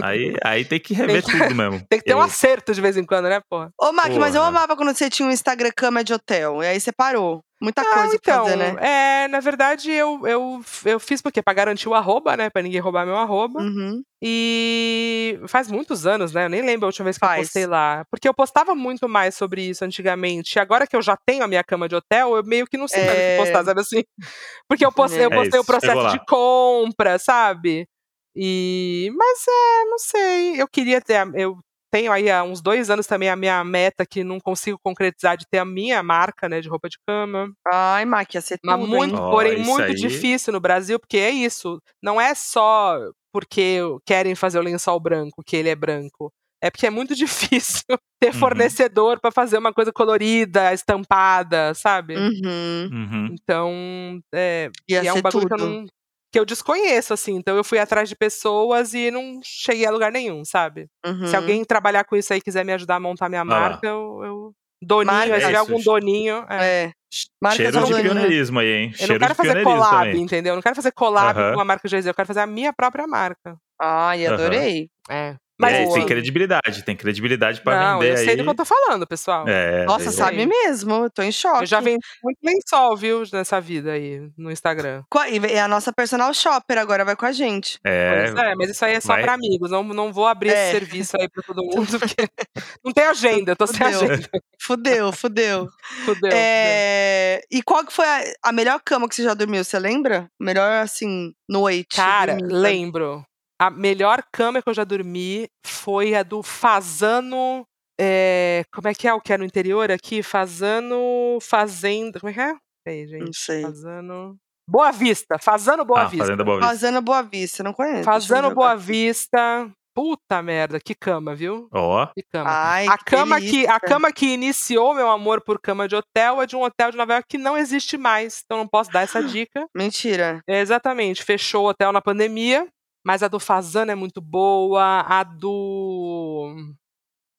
S1: Aí, aí tem que rever
S3: É. Tem
S1: tudo mesmo.
S3: Tem que ter um
S1: Eu-
S3: acerto de vez em quando, né, pô?
S2: Ô, Mac, mas eu
S1: Porra.
S2: amava quando você tinha um Instagram cama de hotel, e aí você parou. Muita
S3: Ah,
S2: coisa pra fazer, né?
S3: É, na verdade, eu, eu, eu fiz porque pra garantir o arroba, né? Pra ninguém roubar meu arroba.
S2: Uhum.
S3: E faz muitos anos, né? Eu nem lembro a última vez que eu
S2: Faz.
S3: postei lá. Porque eu postava muito mais sobre isso antigamente. E Agora que eu já tenho a minha cama de hotel, eu meio que não sei mais o que
S2: É.
S3: postar, sabe assim? Porque eu postei, eu
S2: É
S3: postei o
S1: isso, chegou
S3: processo
S1: lá.
S3: de compra, sabe? E. Mas é, não sei. Eu queria ter. a- Eu tenho aí há uns dois anos também a minha meta que não consigo concretizar de ter a minha marca, né? De roupa de cama.
S2: Ai, Mac, ia ser
S3: Mas
S2: tudo,
S3: muito,
S2: hein?
S1: Ó,
S3: porém,
S1: isso
S3: muito
S1: aí.
S3: difícil no Brasil, porque é isso. Não é só porque querem fazer o lençol branco, que ele é branco. É porque é muito difícil ter
S1: Uhum.
S3: fornecedor pra fazer uma coisa colorida, estampada, sabe?
S2: Uhum.
S1: Uhum.
S3: Então, é,
S2: Ia
S3: e é um
S2: ser
S3: bagulho que eu,
S2: tudo.
S3: não, que eu desconheço, assim. Então eu fui atrás de pessoas e não cheguei a lugar nenhum, sabe?
S2: Uhum.
S3: Se alguém trabalhar com isso aí e quiser me ajudar a montar minha
S1: lá.
S3: marca, eu, eu- Doninho,
S2: Marca.
S3: se tiver
S1: É
S3: algum
S1: isso.
S3: doninho. é.
S2: É. Marca
S1: Cheiro
S2: essa
S1: de
S2: doninha.
S1: pioneirismo aí, hein?
S3: né? Eu
S1: Cheiro
S3: não quero
S1: de
S3: fazer
S1: pioneirismo
S3: collab,
S1: também.
S3: entendeu? Eu não quero fazer collab
S1: Aham.
S3: com a marca Jay-Z, eu quero fazer a minha própria marca.
S2: Ai,
S1: Aham.
S2: adorei.
S3: É.
S1: e aí,
S2: Boa.
S1: tem credibilidade, tem credibilidade pra
S3: não,
S1: vender
S3: eu
S1: aí.
S3: sei do que eu tô falando, pessoal.
S1: É,
S2: Nossa,
S1: eu-
S2: sabe mesmo, eu tô em choque.
S3: Eu já vendi muito lençol, viu, nessa vida aí, no Instagram.
S2: Co- E e a nossa personal shopper agora vai com a gente.
S1: É,
S3: Pois é, mas isso aí é só
S1: vai-
S3: pra amigos, não, não vou abrir esse
S2: É.
S3: serviço aí pra todo mundo, porque não tem agenda, eu tô sem
S2: Fudeu.
S3: agenda.
S2: Fudeu, fudeu.
S3: Fudeu, fudeu.
S2: É, E qual que foi a, a melhor cama que você já dormiu? Você lembra? Melhor, assim, noite.
S3: Cara,
S2: dormida.
S3: lembro. A melhor cama que eu já dormi foi a do Fazano. é, como é que é o que é no interior aqui? Fazano. Fazenda. Como é que é? Peraí, gente.
S2: Não sei.
S3: Fazano. Boa Vista. Fazano Boa
S1: ah,
S3: Vista.
S1: Fazenda Boa Vista.
S2: Fazano Boa Vista, não conheço.
S3: Fazano
S2: É, Deixa eu
S3: Boa
S2: jogar.
S3: Vista. Puta merda, que cama, viu?
S1: Ó, tá,
S3: Que cama.
S2: Ai,
S3: a, cama
S2: delícia.
S3: que, a cama que iniciou meu amor por cama de hotel é de um hotel de Nova York que não existe mais. Então não posso dar essa dica.
S2: Mentira.
S3: É, exatamente. Fechou o hotel na pandemia, mas a do Fazano é muito boa, a do.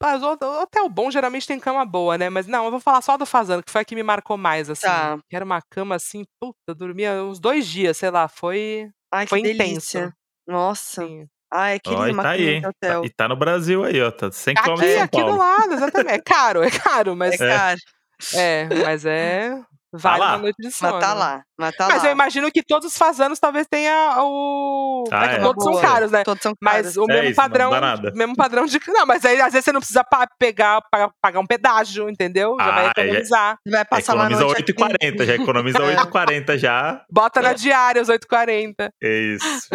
S3: Mas o o hotel bom geralmente tem cama boa, né? Mas não, eu vou falar só a do Fazano, que foi a que me marcou mais, assim.
S2: Tá.
S3: Que era uma cama assim, puta, eu dormia uns dois dias, sei lá, foi.
S2: Ai,
S3: Foi
S2: que
S3: intenso.
S2: delícia. Nossa.
S3: Assim.
S2: Ai,
S1: ó
S2: queria
S1: e
S2: uma
S1: tá aí,
S2: caminha
S1: hein?
S2: de
S1: Tá-
S2: hotel.
S1: E tá no Brasil aí, ó. Tá 100 km de
S3: Aqui,
S1: São
S3: aqui do
S1: Paulo.
S3: lado, exatamente. É caro, é caro, mas
S2: É, cara.
S3: é, mas é. Vale
S1: Tá lá.
S3: uma noite de sono.
S2: Mas tá lá. Mas tá
S3: Mas
S2: lá.
S3: eu imagino que todos os fazanos talvez tenha o.
S1: Ah,
S3: é que
S1: é.
S3: Todos são
S2: Boa.
S3: caros, né?
S2: Todos são
S3: Mas
S2: caros.
S3: o
S1: É
S3: mesmo
S1: isso, não
S3: padrão.
S1: dá nada.
S3: o mesmo padrão de. Não, mas aí às vezes você não precisa pa- pegar, pa- pagar um pedágio, entendeu? Já vai
S1: Ah, é.
S3: economizar.
S2: Vai passar uma
S1: economiza
S2: noite aqui.
S1: 8,40, já economiza
S2: É.
S1: 8,40 já.
S3: Bota na diária os 8,40.
S1: É isso.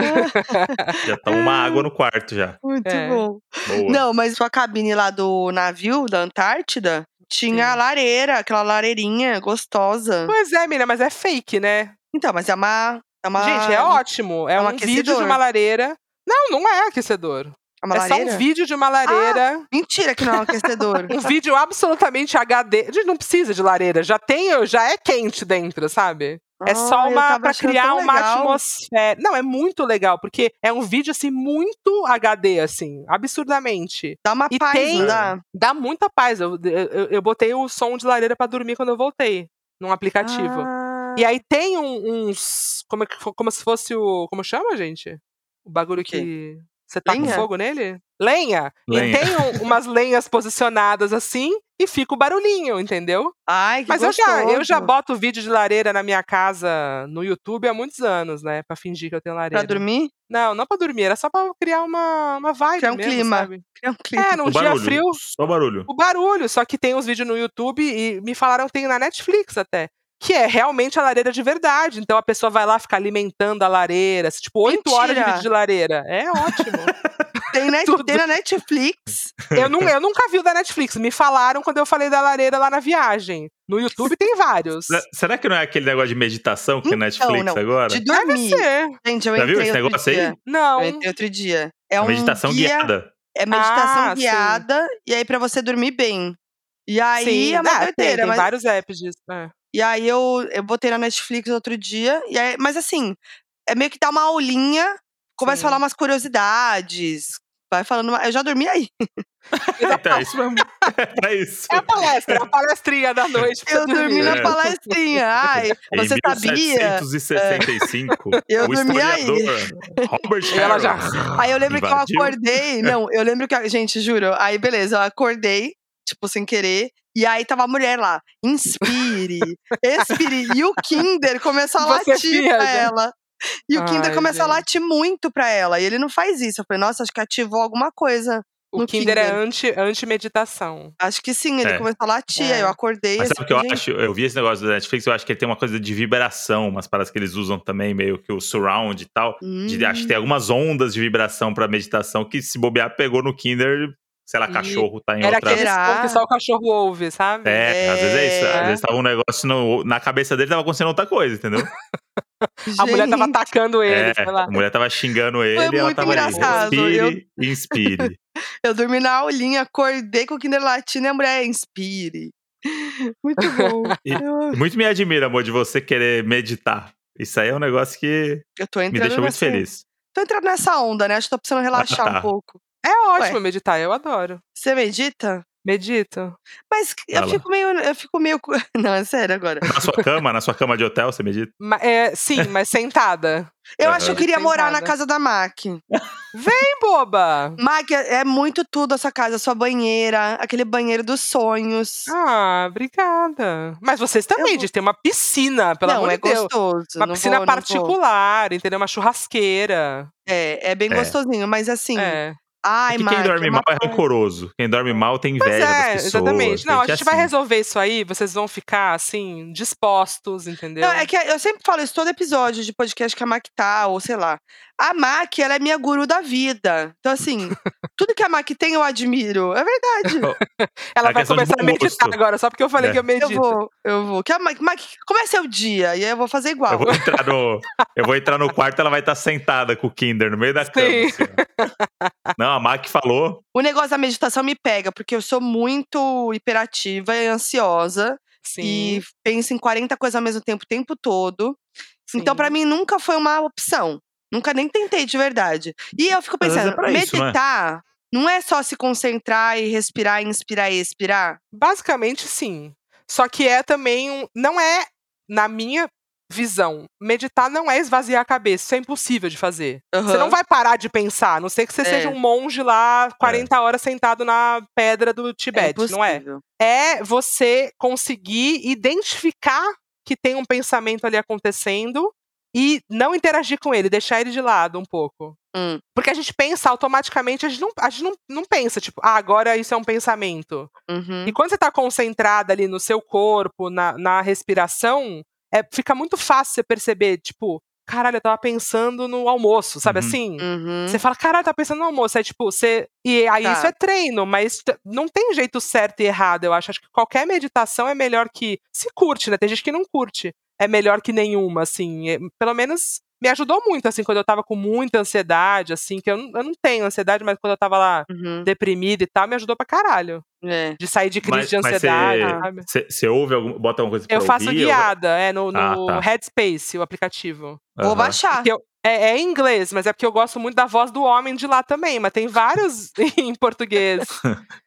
S1: já toma uma água no quarto já.
S2: Muito
S3: É.
S2: bom.
S1: Boa.
S2: Não, mas sua cabine lá do navio, da Antártida, tinha a lareira, aquela lareirinha gostosa.
S3: Pois é, menina, mas é fake, né?
S2: Então, mas é uma. É uma
S3: Gente, é ótimo. É,
S2: é um
S3: um, vídeo de
S2: aquecedor.
S3: uma lareira. Não, não é aquecedor.
S2: é uma
S3: é só
S2: lareira?
S3: um vídeo de uma lareira.
S2: Mentira que não é um aquecedor.
S3: Um vídeo absolutamente HD. Gente, não precisa de lareira. Já tem, já é quente dentro, sabe? É
S2: Ah,
S3: só
S2: eu
S3: uma
S2: tava
S3: para
S2: achando
S3: criar
S2: tão
S3: uma
S2: legal.
S3: atmosfera. Não, é muito legal porque é um vídeo assim muito HD assim, absurdamente.
S2: Dá uma
S3: E
S2: paz,
S3: tem-
S2: não dá?
S3: Dá muita paz. Eu, eu, eu botei o som de lareira para dormir quando eu voltei num aplicativo.
S2: Ah,
S3: E é aí tem um- uns como é que fo- como se fosse o como chama, gente? O bagulho
S2: quê?
S3: que você tá com
S2: Lenha?
S3: fogo nele? Lenha. E
S1: Lenha.
S3: tem um- umas lenhas posicionadas assim e fica o barulhinho, entendeu?
S2: Ai, que
S3: Mas eu já, eu já
S2: gostoso.
S3: boto vídeo de lareira na minha casa no YouTube há muitos anos, né? Pra fingir que eu tenho
S2: Pra
S3: lareira.
S2: dormir?
S3: Não, não pra dormir, era só pra criar uma, uma vibe
S2: Criar um
S3: mesmo,
S2: clima.
S3: sabe?
S2: É um clipe.
S3: É, num
S1: o
S3: dia
S1: barulho.
S3: frio,
S1: Só o barulho.
S3: o barulho. Só que tem uns vídeos no YouTube e me falaram que tem na Netflix até. Que é realmente a lareira de verdade. Então a pessoa vai lá ficar alimentando a lareira. Tipo, oito horas de
S2: Mentira!
S3: vídeo de lareira. É ótimo.
S2: Tem, net-
S3: Tudo.
S2: tem na Netflix.
S3: Eu, não, eu nunca vi o da Netflix. Me falaram quando eu falei da lareira lá na viagem. No YouTube tem vários.
S1: Se- Será que não é aquele negócio de meditação que é
S2: Então,
S1: Netflix
S2: não.
S1: agora?
S2: De
S3: Deve
S2: dormir.
S3: ser. É um
S2: Gente, eu
S1: Já viu
S2: entrei
S1: esse
S2: outro
S1: negócio aí?
S2: dia.
S3: Não.
S2: Eu entrei outro dia. É
S1: A
S2: um
S1: meditação
S2: guia-
S1: guiada.
S2: É meditação
S3: Ah, sim.
S2: guiada. E aí, pra você dormir bem. E aí,
S3: Sim,
S2: é uma
S3: ah, tem,
S2: doideira.
S3: Tem
S2: mas-
S3: vários apps disso. É.
S2: E aí, eu, eu botei na Netflix outro dia. E aí, mas assim, é meio que dá uma aulinha. Começa a
S3: Sim.
S2: falar umas curiosidades. Vai falando. uma- Eu já dormi aí.
S1: Então, isso mesmo. é pra isso.
S3: É a palestra, é a palestrinha da noite. pra
S2: Eu dormi
S3: dormir.
S2: na
S1: É.
S2: palestrinha. Ai,
S1: Em
S2: você sabia? É.
S1: 1765,
S2: Eu
S1: o
S2: dormi aí.
S1: historiador Robert
S3: E ela
S1: Harrod
S3: já-
S2: Aí eu lembro que
S1: invadiu.
S2: eu acordei. Não, eu lembro que. Gente, juro. Aí, beleza, eu acordei, tipo, sem querer. E aí tava a mulher lá, inspire, expire. E o Kinder começou a
S3: Você
S2: latir
S3: viaja.
S2: pra ela. E o Kinder
S3: Ai,
S2: começa a
S3: gente.
S2: latir muito pra ela. E ele não faz isso. Eu falei, nossa, acho que ativou alguma coisa.
S3: O
S2: no
S3: Kinder, é
S2: Kinder.
S3: anti- anti-meditação.
S2: Acho que sim, ele
S1: É.
S2: começou a latir.
S3: É.
S2: Aí eu acordei.
S1: Mas
S2: assim,
S1: sabe o que eu
S2: gente,
S1: acho? Eu vi esse negócio do Netflix, eu acho que ele tem uma coisa de vibração, umas paradas que eles usam também, meio que o surround e tal. De- acho
S3: Uhum.
S2: hum,
S1: que tem algumas ondas de vibração pra meditação que se bobear pegou no Kinder, sei lá,
S3: E
S1: cachorro tá em
S3: Era
S1: outra.
S3: aquele
S2: Será?
S3: som que só o cachorro ouve, sabe?
S1: É, às vezes é isso.
S2: É.
S1: Às vezes tava um negócio no- na cabeça dele, tava acontecendo outra coisa, entendeu?
S2: Gente,
S3: A mulher tava atacando ele,
S1: É,
S3: sei lá.
S1: a mulher tava xingando ele e ela
S2: muito
S1: tava
S2: engraçado,
S1: ali.
S2: eu-
S1: Respire, inspire.
S2: Eu dormi na aulinha, acordei com o Kinder Latino e a mulher inspire. Muito bom.
S1: E-
S2: eu,
S1: Muito me admira, amor, de você querer meditar. Isso aí é um negócio que
S2: eu tô entrando
S1: me deixa muito
S2: nessa-
S1: feliz.
S2: Tô entrando nessa onda, né? Acho que tô precisando relaxar
S1: tá.
S2: um pouco.
S3: É ótimo meditar, eu adoro.
S2: Você medita?
S3: Medito.
S2: Mas eu
S1: Fala.
S2: fico meio. Eu fico meio. cu- Não, é sério agora.
S1: Na sua cama, na sua cama de hotel, você medita?
S3: Ma- é, sim, mas sentada.
S2: Eu
S1: Aham.
S2: acho que eu queria morar na
S3: Sentada.
S2: casa da Mac.
S3: Bem boba.
S2: Mac, é é muito tudo a sua casa, a sua banheira, aquele banheiro dos sonhos.
S3: Ah, obrigada. Mas vocês também,
S2: Eu-
S3: de ter uma piscina, pelo
S2: não,
S3: amor
S2: é
S3: de Deus.
S2: gostoso.
S3: Uma
S2: não
S3: piscina
S2: vou- não vou.
S3: particular, entendeu? Uma churrasqueira.
S2: É, é bem
S1: É.
S2: gostosinho, mas assim.
S1: É
S3: É.
S2: Ai,
S1: que
S2: Mac.
S1: quem dorme
S2: uma
S1: mal é
S2: paz.
S1: rancoroso. Quem dorme mal tem
S3: Pois
S1: inveja
S3: é,
S1: das pessoas.
S3: exatamente. Não, a
S1: é
S3: gente vai
S1: assim.
S3: resolver isso aí, vocês vão ficar, assim, dispostos, entendeu?
S2: Não, é que eu sempre falo isso todo episódio de podcast que a Mac tá, ou sei lá. A Mac, ela é minha guru da vida. Então, assim, tudo que a Mac tem eu admiro. É verdade.
S3: Ela
S1: é
S3: vai
S1: questão de
S3: começar a
S1: bom
S3: meditar
S1: gosto.
S3: agora, só porque eu falei
S1: É.
S3: que eu medito.
S2: Eu vou, eu vou. Que a Mac, Mac, como é seu dia? E aí eu vou fazer igual.
S1: Eu vou entrar no, eu vou entrar no quarto, ela vai estar sentada com o Kinder no meio da cama.
S3: Sim.
S1: assim, ó. Não, a Mac falou.
S2: O negócio da meditação me pega, porque eu sou muito hiperativa e ansiosa.
S3: Sim.
S2: E penso em 40 coisas ao mesmo tempo, o tempo todo. Então,
S3: sim.
S2: pra mim, nunca foi uma opção. Nunca nem tentei de verdade. E eu fico
S1: Às vezes é
S2: pensando,
S1: pra isso, né?
S2: meditar não é só se concentrar e respirar, inspirar e expirar.
S3: Basicamente, sim. Só que é também um. Não é, na minha visão, meditar não é esvaziar a cabeça. Isso é impossível de fazer. Você não vai parar de pensar, a não ser que você
S2: É.
S3: seja um monge lá 40 horas sentado na pedra do Tibete, não é?
S2: impossível.
S3: É você conseguir identificar que tem um pensamento ali acontecendo e não interagir com ele, deixar ele de lado um pouco.
S2: Hum.
S3: Porque a gente pensa automaticamente, a gente não, a gente não, não pensa, tipo, ah, agora isso é um pensamento.
S2: Uhum.
S3: E quando você tá concentrada ali no seu corpo, na, na respiração, é, fica muito fácil você perceber, tipo, caralho, eu tava pensando no almoço, sabe
S1: Uhum.
S3: assim?
S2: Uhum.
S3: Você fala, caralho, tá pensando no almoço. É tipo, você. E aí
S2: Tá.
S3: isso é treino, mas t- não tem jeito certo e errado, eu acho. Acho que qualquer meditação é melhor que. Se curte, né? Tem gente que não curte. É melhor que nenhuma, assim. É, Pelo menos me ajudou muito, assim, quando eu tava com muita ansiedade, assim, que eu, não- eu não tenho ansiedade, mas quando eu tava lá
S2: Uhum.
S3: deprimida e tal, me ajudou pra caralho.
S2: É.
S3: De sair de crise
S1: Mas-
S3: de
S1: mas
S3: ansiedade,
S1: cê-
S3: sabe?
S1: Você ouve alguma. Bota alguma coisa pra
S3: Eu faço
S1: ouvir,
S3: guiada, é, no, no
S1: Ah, tá.
S3: Headspace, o aplicativo.
S1: ou-
S2: Vou
S1: Aham.
S2: baixar.
S3: Porque eu- é, é em inglês, mas é porque eu gosto muito da voz do homem de lá também, mas tem vários em português.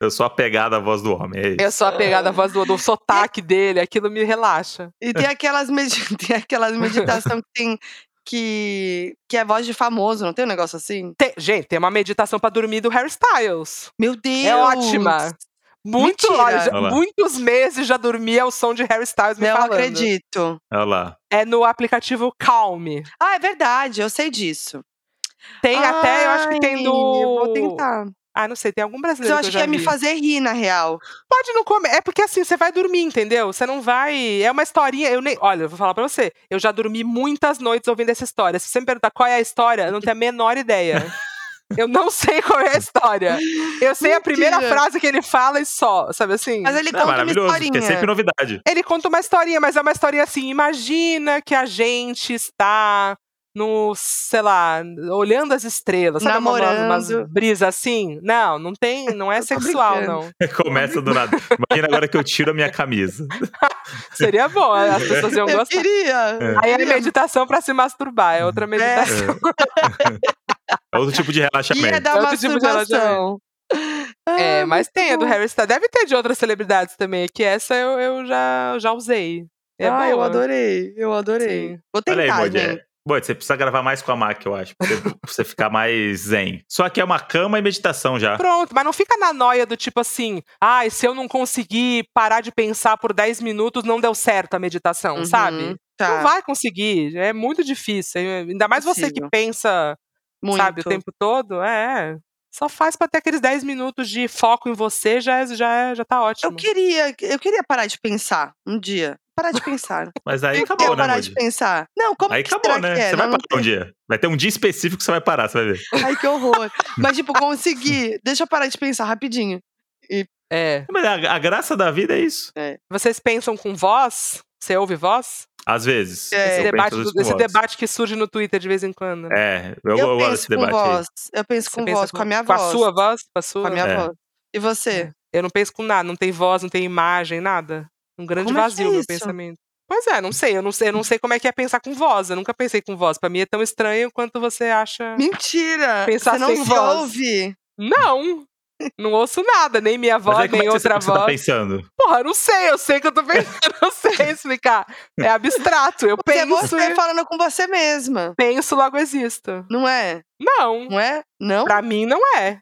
S1: Eu sou apegado à voz do homem. É isso.
S3: Eu sou apegada à voz do, do sotaque dele, aquilo me relaxa.
S2: E tem aquelas, medi- tem aquelas meditação que tem que, que é voz de famoso, não tem um negócio assim?
S3: Tem- gente, tem uma meditação pra dormir do Harry Styles.
S2: Meu Deus!
S3: ótima. Muito,
S2: Mentira.
S3: olha, já-
S1: Olha lá.
S3: muitos meses já dormi ao som de Harry Styles me
S2: Não
S3: falando.
S2: acredito.
S1: Olha lá.
S3: É no aplicativo Calm.
S2: Ah, é verdade, eu sei disso.
S3: Tem até, eu acho que tem
S2: Ai,
S3: do...
S2: Eu vou tentar.
S3: Ah, não sei, tem algum
S2: Mas
S3: brasileiro
S2: eu
S3: que
S2: acho
S3: eu
S2: que
S3: já
S2: ia me
S3: vi.
S2: fazer rir, na real.
S3: Pode não comer. É porque assim, você vai dormir, entendeu? Você não vai. É uma historinha. Eu nem. Olha, eu vou falar pra você. Eu já dormi muitas noites ouvindo essa história. Se você me perguntar qual é a história, eu não tenho a menor ideia. Eu não sei qual é a história. Eu sei a primeira
S2: Mentira.
S3: frase que ele fala e só, sabe assim?
S2: Mas ele
S1: É
S2: conta uma
S1: maravilhoso, porque é
S2: historinha.
S1: sempre novidade.
S3: Ele conta uma historinha, mas é uma historinha assim. Imagina que a gente está no, sei lá, olhando as estrelas, sabe? uma- uma- Umas,
S2: Namorando.
S3: brisas assim. Não, não tem, não é
S2: Eu tô
S3: sexual,
S2: brincando.
S3: não.
S1: Começa do nada. Imagina agora que eu tiro a minha camisa.
S3: Seria bom, as pessoas iam
S2: Eu
S3: gostar.
S2: queria.
S1: É.
S3: Aí é meditação pra se masturbar, é outra meditação.
S1: É outro tipo de
S2: Ia
S1: relaxamento.
S2: dar uma
S3: Outro tipo de
S2: masturbação.
S3: É, mas tem a do
S2: bom.
S3: Harry Styles. Deve ter de outras celebridades também, que essa eu, eu já, já usei. É
S2: ah, eu
S3: boa.
S2: adorei, eu adorei.
S3: Sim.
S2: Vou
S1: Olha aí,
S2: tentar, gente.
S1: Moody. Bode, você precisa gravar mais com a Mac, eu acho. Pra você- pra você ficar mais zen. Só que é uma cama e meditação já.
S3: Pronto, mas não fica na noia do tipo assim, ai, se eu não conseguir parar de pensar por 10 minutos, não deu certo a meditação,
S2: Uhum,
S3: sabe?
S2: Tá,
S3: Não vai conseguir, é muito difícil. Ainda mais você que
S2: Impossível.
S3: pensa,
S2: muito.
S3: sabe, o tempo todo, é. Só faz pra ter aqueles 10 minutos de foco em você, já, é- já, é- já tá ótimo.
S2: Eu queria, eu queria parar de pensar um dia. Parar de pensar.
S1: Mas aí
S2: eu queria
S1: acabou, né,
S2: parar de
S1: Moody?
S2: pensar. Não, como
S1: Aí
S2: que
S1: acabou,
S2: será
S1: né?
S2: que é?
S1: Você vai
S2: Não,
S1: parar um dia. Vai ter um dia específico que você vai parar, você vai ver.
S2: Ai, que horror. Mas, tipo, consegui. Deixa eu parar de pensar rapidinho.
S3: É.
S1: Mas a, a graça da vida é isso.
S3: Vocês pensam com voz? Você ouve voz?
S1: Às vezes.
S2: É.
S1: Eu
S3: Esse,
S2: penso
S3: debate,
S1: penso
S3: do-
S1: isso com
S3: esse
S1: voz.
S3: debate que surge no Twitter de vez em quando. né?
S1: É, eu,
S2: Eu,
S1: eu amo
S2: penso
S1: esse
S2: com
S1: debate aí.
S2: voz. Eu penso
S3: Você
S2: com
S3: pensa
S2: voz, com a minha
S3: com
S2: voz.
S3: a sua É. voz? Com a sua?
S2: Com a minha
S1: É.
S2: voz. E você?
S3: Eu não penso com nada, não tem voz, não tem imagem, nada. Um grande
S2: Como é que
S3: vazio
S2: é
S3: meu
S2: isso?
S3: pensamento. Pois é, não sei, eu não sei, eu não sei como é que é pensar com voz. Eu nunca pensei com voz. Pra mim é tão estranho quanto você acha.
S2: Mentira!
S3: Pensar
S2: você não
S3: sem
S2: se
S3: voz.
S2: ouve?
S3: Não! Não ouço nada, nem minha
S1: Mas aí,
S3: voz,
S1: como é
S3: nem
S1: que você
S3: outra
S1: sabe o que você tá
S3: voz.
S1: pensando?
S3: Porra, eu não sei, eu sei o que eu tô pensando, eu não sei explicar. É abstrato, eu
S2: Você é
S3: penso
S2: você
S3: e
S2: falando com você mesma.
S3: penso, logo existo.
S2: Não é?
S3: Não,
S2: Não é? Não?
S3: pra mim não é.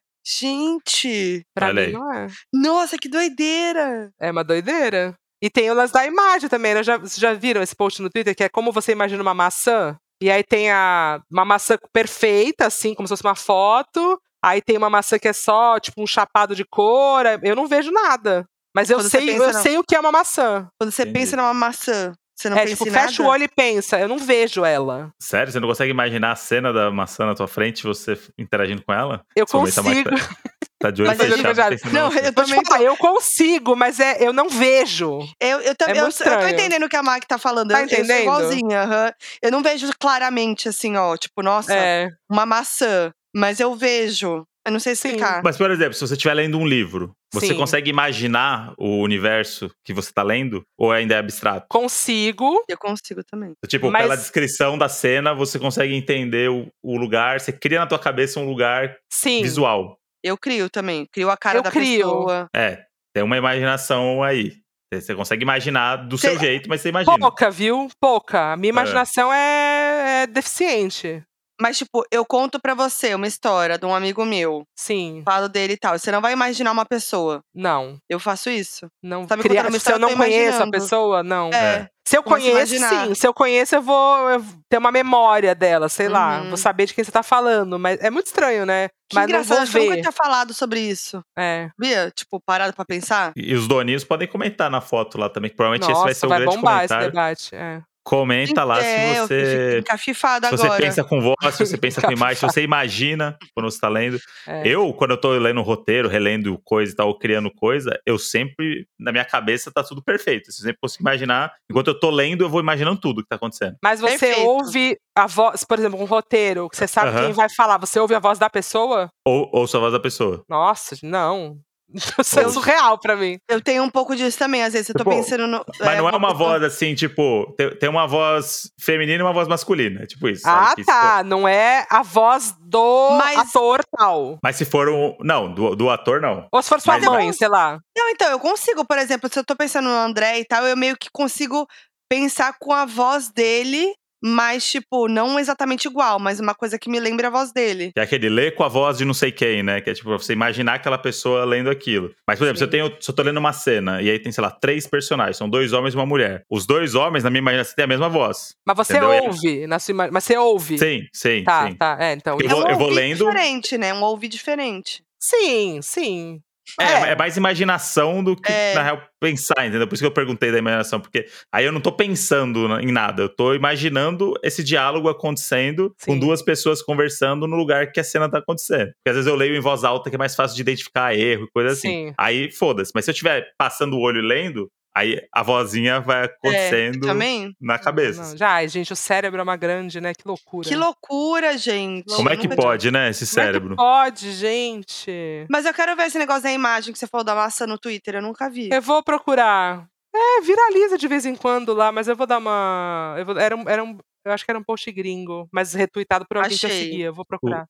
S2: Gente!
S3: Pra
S1: Olha
S3: mim
S1: aí.
S3: não é.
S2: Nossa, que doideira!
S3: É uma doideira. E tem o lance da imagem também, né? Já, vocês já viram esse post no Twitter que é como você imagina uma maçã? E aí tem a, uma maçã perfeita, assim, como se fosse uma foto. Aí tem uma maçã que é só, tipo, um chapado de cor. É, Eu não vejo nada. Mas eu,
S2: Quando você
S3: sei,
S2: pensa
S3: eu
S2: na-
S3: sei o que é uma maçã.
S2: Quando você
S1: Entendi.
S2: pensa numa maçã, você não
S3: é,
S2: pensa
S3: tipo,
S2: em nada?
S3: fecha o olho e pensa. Eu não vejo ela.
S1: Sério? Você não consegue imaginar a cena da maçã na tua frente, você f- interagindo com ela?
S3: Eu
S1: Esse momento a Mac
S3: consigo.
S1: Tá, tá de olho
S2: Mas eu
S1: fechado.
S3: já-
S1: pensando
S2: Não,
S1: na maçã.
S2: eu
S3: Vou te
S2: também
S3: falar, eu consigo, mas é, eu não vejo.
S2: Eu, eu, também,
S3: É
S2: eu,
S3: muito
S2: eu tô
S3: estranho.
S2: entendendo o que a Mac tá falando.
S3: Tá
S2: eu, eu sou
S3: entendendo?
S2: igualzinha. aham. Eu não vejo claramente, assim, ó, tipo, nossa,
S3: É.
S2: uma maçã. Mas eu vejo. Eu não sei
S3: Sim.
S2: explicar.
S1: Mas, por exemplo, se você estiver lendo um livro, você
S3: Sim.
S1: consegue imaginar o universo que você tá lendo? Ou ainda é abstrato?
S3: Consigo.
S2: Eu consigo também.
S1: Tipo,
S3: Mas-
S1: pela descrição da cena, você consegue entender o, o lugar, você cria na tua cabeça um lugar
S3: Sim.
S1: visual.
S2: Eu crio também. Crio a cara
S3: Eu
S2: da
S3: crio.
S2: pessoa.
S1: É, tem uma imaginação aí. Você- Você consegue imaginar do
S2: Cê-
S1: seu jeito, mas você imagina.
S3: Pouca, viu? Pouca. A minha imaginação é, é deficiente.
S2: Mas, tipo, eu conto pra você uma história de um amigo meu.
S3: Sim.
S2: Falo dele e tal. Você não vai imaginar uma pessoa.
S3: não.
S2: Eu faço isso.
S3: Não
S2: Sabe
S3: criar-
S2: quando eu me
S3: se eu
S2: falo,
S3: não
S2: tô
S3: conheço a
S2: imaginando?
S3: pessoa, não.
S2: É.
S3: Se eu
S2: começo a
S3: conheço,
S2: imaginar.
S3: sim. Se eu conheço, eu vou, eu vou ter uma memória dela, sei lá.
S2: Uhum.
S3: Vou saber de quem você tá falando. Mas é muito estranho, né?
S2: Que
S3: mas não
S2: engraçado,
S3: vou
S2: acho que eu
S3: ver.
S2: nunca tá tinha falado sobre isso.
S3: É.
S2: Bia, tipo, parado pra pensar?
S1: E os doninhos podem comentar na foto lá também, que provavelmente esse vai
S3: Nossa,
S1: ser o
S3: vai,
S1: grande
S3: bombar esse
S1: comentário.
S3: debate. é.
S1: Comenta tá lá
S2: é,
S1: se
S2: Eu
S1: você.
S2: fiquei encafifada
S1: Se você
S2: agora.
S1: pensa com voz, se você pensa com imagem, se você imagina quando você tá lendo.
S3: É.
S1: Eu, quando eu tô lendo roteiro, relendo coisa e tal, ou criando coisa, eu sempre, na minha cabeça, tá tudo perfeito. Eu sempre consigo imaginar. Enquanto eu tô lendo, eu vou imaginando tudo que tá acontecendo.
S3: Mas você
S2: Perfeito.
S3: ouve a voz, por exemplo, um roteiro, que você sabe
S1: Aham.
S3: quem vai falar. Você ouve a voz da pessoa?
S1: Ou, ou só a voz da pessoa.
S3: Nossa, não. Isso é
S1: Ou-
S3: surreal pra mim.
S2: Eu tenho um pouco disso também, às vezes. Eu tô
S1: Tipo,
S2: pensando no.
S1: Mas não é uma
S2: pessoa-
S1: voz assim, tipo, tem, tem uma voz feminina e uma voz masculina. É tipo isso. sabe?
S3: Ah,
S1: Que se for-
S3: tá. Não é a voz do
S2: Mas-
S3: ator tal.
S1: mas se for um. Não, do, do ator não.
S3: Ou se for sua
S1: Mas-
S3: mãe, sei lá.
S2: Não, então, eu consigo, por exemplo, se eu tô pensando no André e tal, eu meio que consigo pensar com a voz dele, mas, tipo, não exatamente igual, mas uma coisa que me lembra a voz dele.
S1: Que é aquele ler com a voz de não sei quem, né? Que é tipo, você imaginar aquela pessoa lendo aquilo. Mas, por exemplo, se eu, tenho, se eu tô lendo uma cena e aí tem, sei lá, três personagens, são dois homens e uma mulher. Os dois homens, na minha imaginação, têm a mesma voz.
S3: Mas você
S1: Entendeu?
S3: ouve na sua imagem. Mas você ouve.
S1: Sim, sim,
S3: tá,
S1: sim.
S3: tá. É, então.
S1: Eu
S2: é
S1: vou-
S2: um
S1: eu vou
S2: ouvir
S1: lendo.
S2: diferente, né? Um ouvir diferente.
S3: Sim, sim.
S1: É, é mais imaginação do que,
S2: É.
S1: na real, pensar, entendeu? Por isso que eu perguntei da imaginação, porque aí eu não tô pensando na- em nada, eu tô imaginando esse diálogo acontecendo com
S3: Sim.
S1: duas pessoas conversando no lugar que a cena tá acontecendo. Porque às vezes eu leio em voz alta que é mais fácil de identificar erro e coisa assim.
S3: Sim.
S1: Aí foda-se, mas se eu estiver passando o olho e lendo, aí a vozinha
S3: É,
S1: vai
S2: Eu
S1: acontecendo
S2: Também?
S1: na cabeça.
S3: assim, Não, já, ai, gente, o cérebro é uma grande, né? Que loucura.
S2: Que loucura, gente.
S1: Como é
S2: Eu
S1: que
S2: nunca
S1: pode, né, esse
S3: Como é que
S1: cérebro?
S3: pode, gente.
S2: Mas eu quero ver esse negócio da imagem que você falou da maçã no Twitter, eu nunca vi.
S3: Eu vou procurar. É, viraliza de vez em quando lá, mas eu vou dar uma. Eu, vou- era um, era um- eu acho que era um post gringo, mas retweetado por alguém que eu
S2: Achei.
S3: seguia. Eu vou procurar.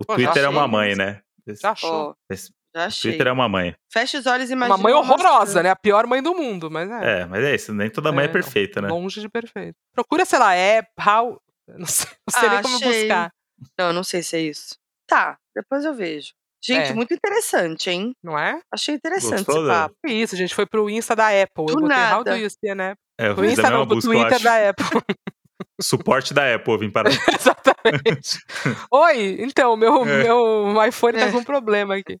S1: O Twitter é uma
S2: achei
S1: mãe, né?
S3: Já achou?
S2: Ó,
S1: Esse-
S2: já
S1: O
S2: achei.
S1: Twitter é uma mãe.
S2: Fecha os olhos e imagina.
S3: uma mãe horrorosa, né? A pior mãe do mundo, mas é.
S1: É, mas é isso, nem toda mãe é,
S3: É, não.
S1: perfeita, né?
S3: Longe de perfeito. Procura, sei lá, é how. Não sei, não sei
S2: Ah,
S3: nem como
S2: achei.
S3: buscar.
S2: Não, eu não sei se é isso. Tá, depois eu vejo. Gente,
S3: É.
S2: muito interessante, hein?
S3: Não é?
S2: Achei interessante
S1: Gostou,
S2: esse
S1: Dani?
S2: papo.
S3: Que Isso, gente. Foi pro Insta da Apple. eu
S2: Do
S3: botei How do
S2: nada.
S3: you see an Apple?
S1: É, eu
S3: Pro
S1: fiz a
S3: Insta
S1: mesma
S3: não, pro
S1: busca, eu
S3: Twitter
S1: acho.
S3: da Apple.
S1: Suporte da Apple, eu vim para.
S3: Exatamente. Oi, então, meu,
S1: É.
S3: meu iPhone tá
S2: É.
S3: com um problema aqui.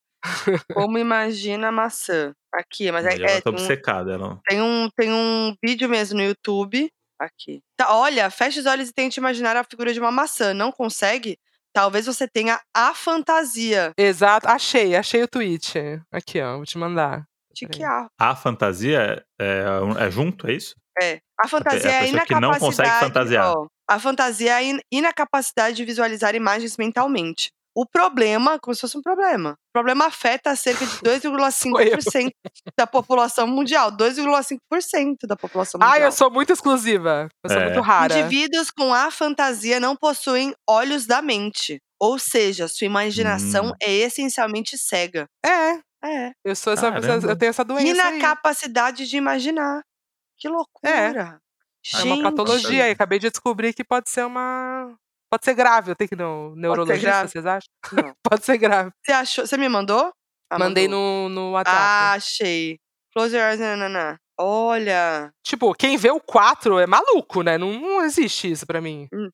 S2: Como imagina a maçã. Aqui, mas é,
S1: ela
S2: é,
S1: tá
S2: tem um-
S1: obcecada, ela.
S2: tem, um, tem um vídeo mesmo no YouTube. Aqui. Tá, olha, fecha os olhos e tente imaginar a figura de uma maçã. Não consegue? Talvez você tenha a fantasia.
S3: Exato. Achei, achei o tweet. Aqui, ó, vou te mandar.
S2: De
S3: Peraí.
S2: que a
S1: A fantasia é, é- é junto, é isso?
S2: É. A fantasia
S1: É a
S2: é a
S1: pessoa que não
S2: inacapacidade.
S1: consegue fantasiar.
S2: ó, a fantasia é a in- inacapacidade de visualizar imagens mentalmente. O problema, como se fosse um problema. O problema afeta cerca de 2,5% da população mundial. 2,5% da população mundial.
S3: Ah, eu sou muito exclusiva. Eu sou
S1: É.
S3: muito rara.
S2: Indivíduos com a fantasia não possuem olhos da mente. Ou seja, sua imaginação
S1: Hum.
S2: é essencialmente cega.
S3: É,
S2: É.
S3: eu sou essa,
S1: Caramba.
S3: essa- eu tenho essa doença. aí.
S2: Inacapacidade de imaginar. Que loucura.
S3: É
S2: Gente.
S3: uma patologia. Eu acabei de descobrir que pode ser uma. Pode ser grave, eu tenho que ir no neurologista,
S2: grave?
S3: vocês acham?
S2: Não.
S3: Pode ser grave.
S2: Você achou? Você me mandou? Ah,
S3: Mandei
S2: mandou.
S3: no, no WhatsApp.
S2: Ah, achei. Close your eyes, nananã. Olha.
S3: Tipo, quem vê o 4 é maluco, né? Não, não existe isso pra mim.
S2: Hum.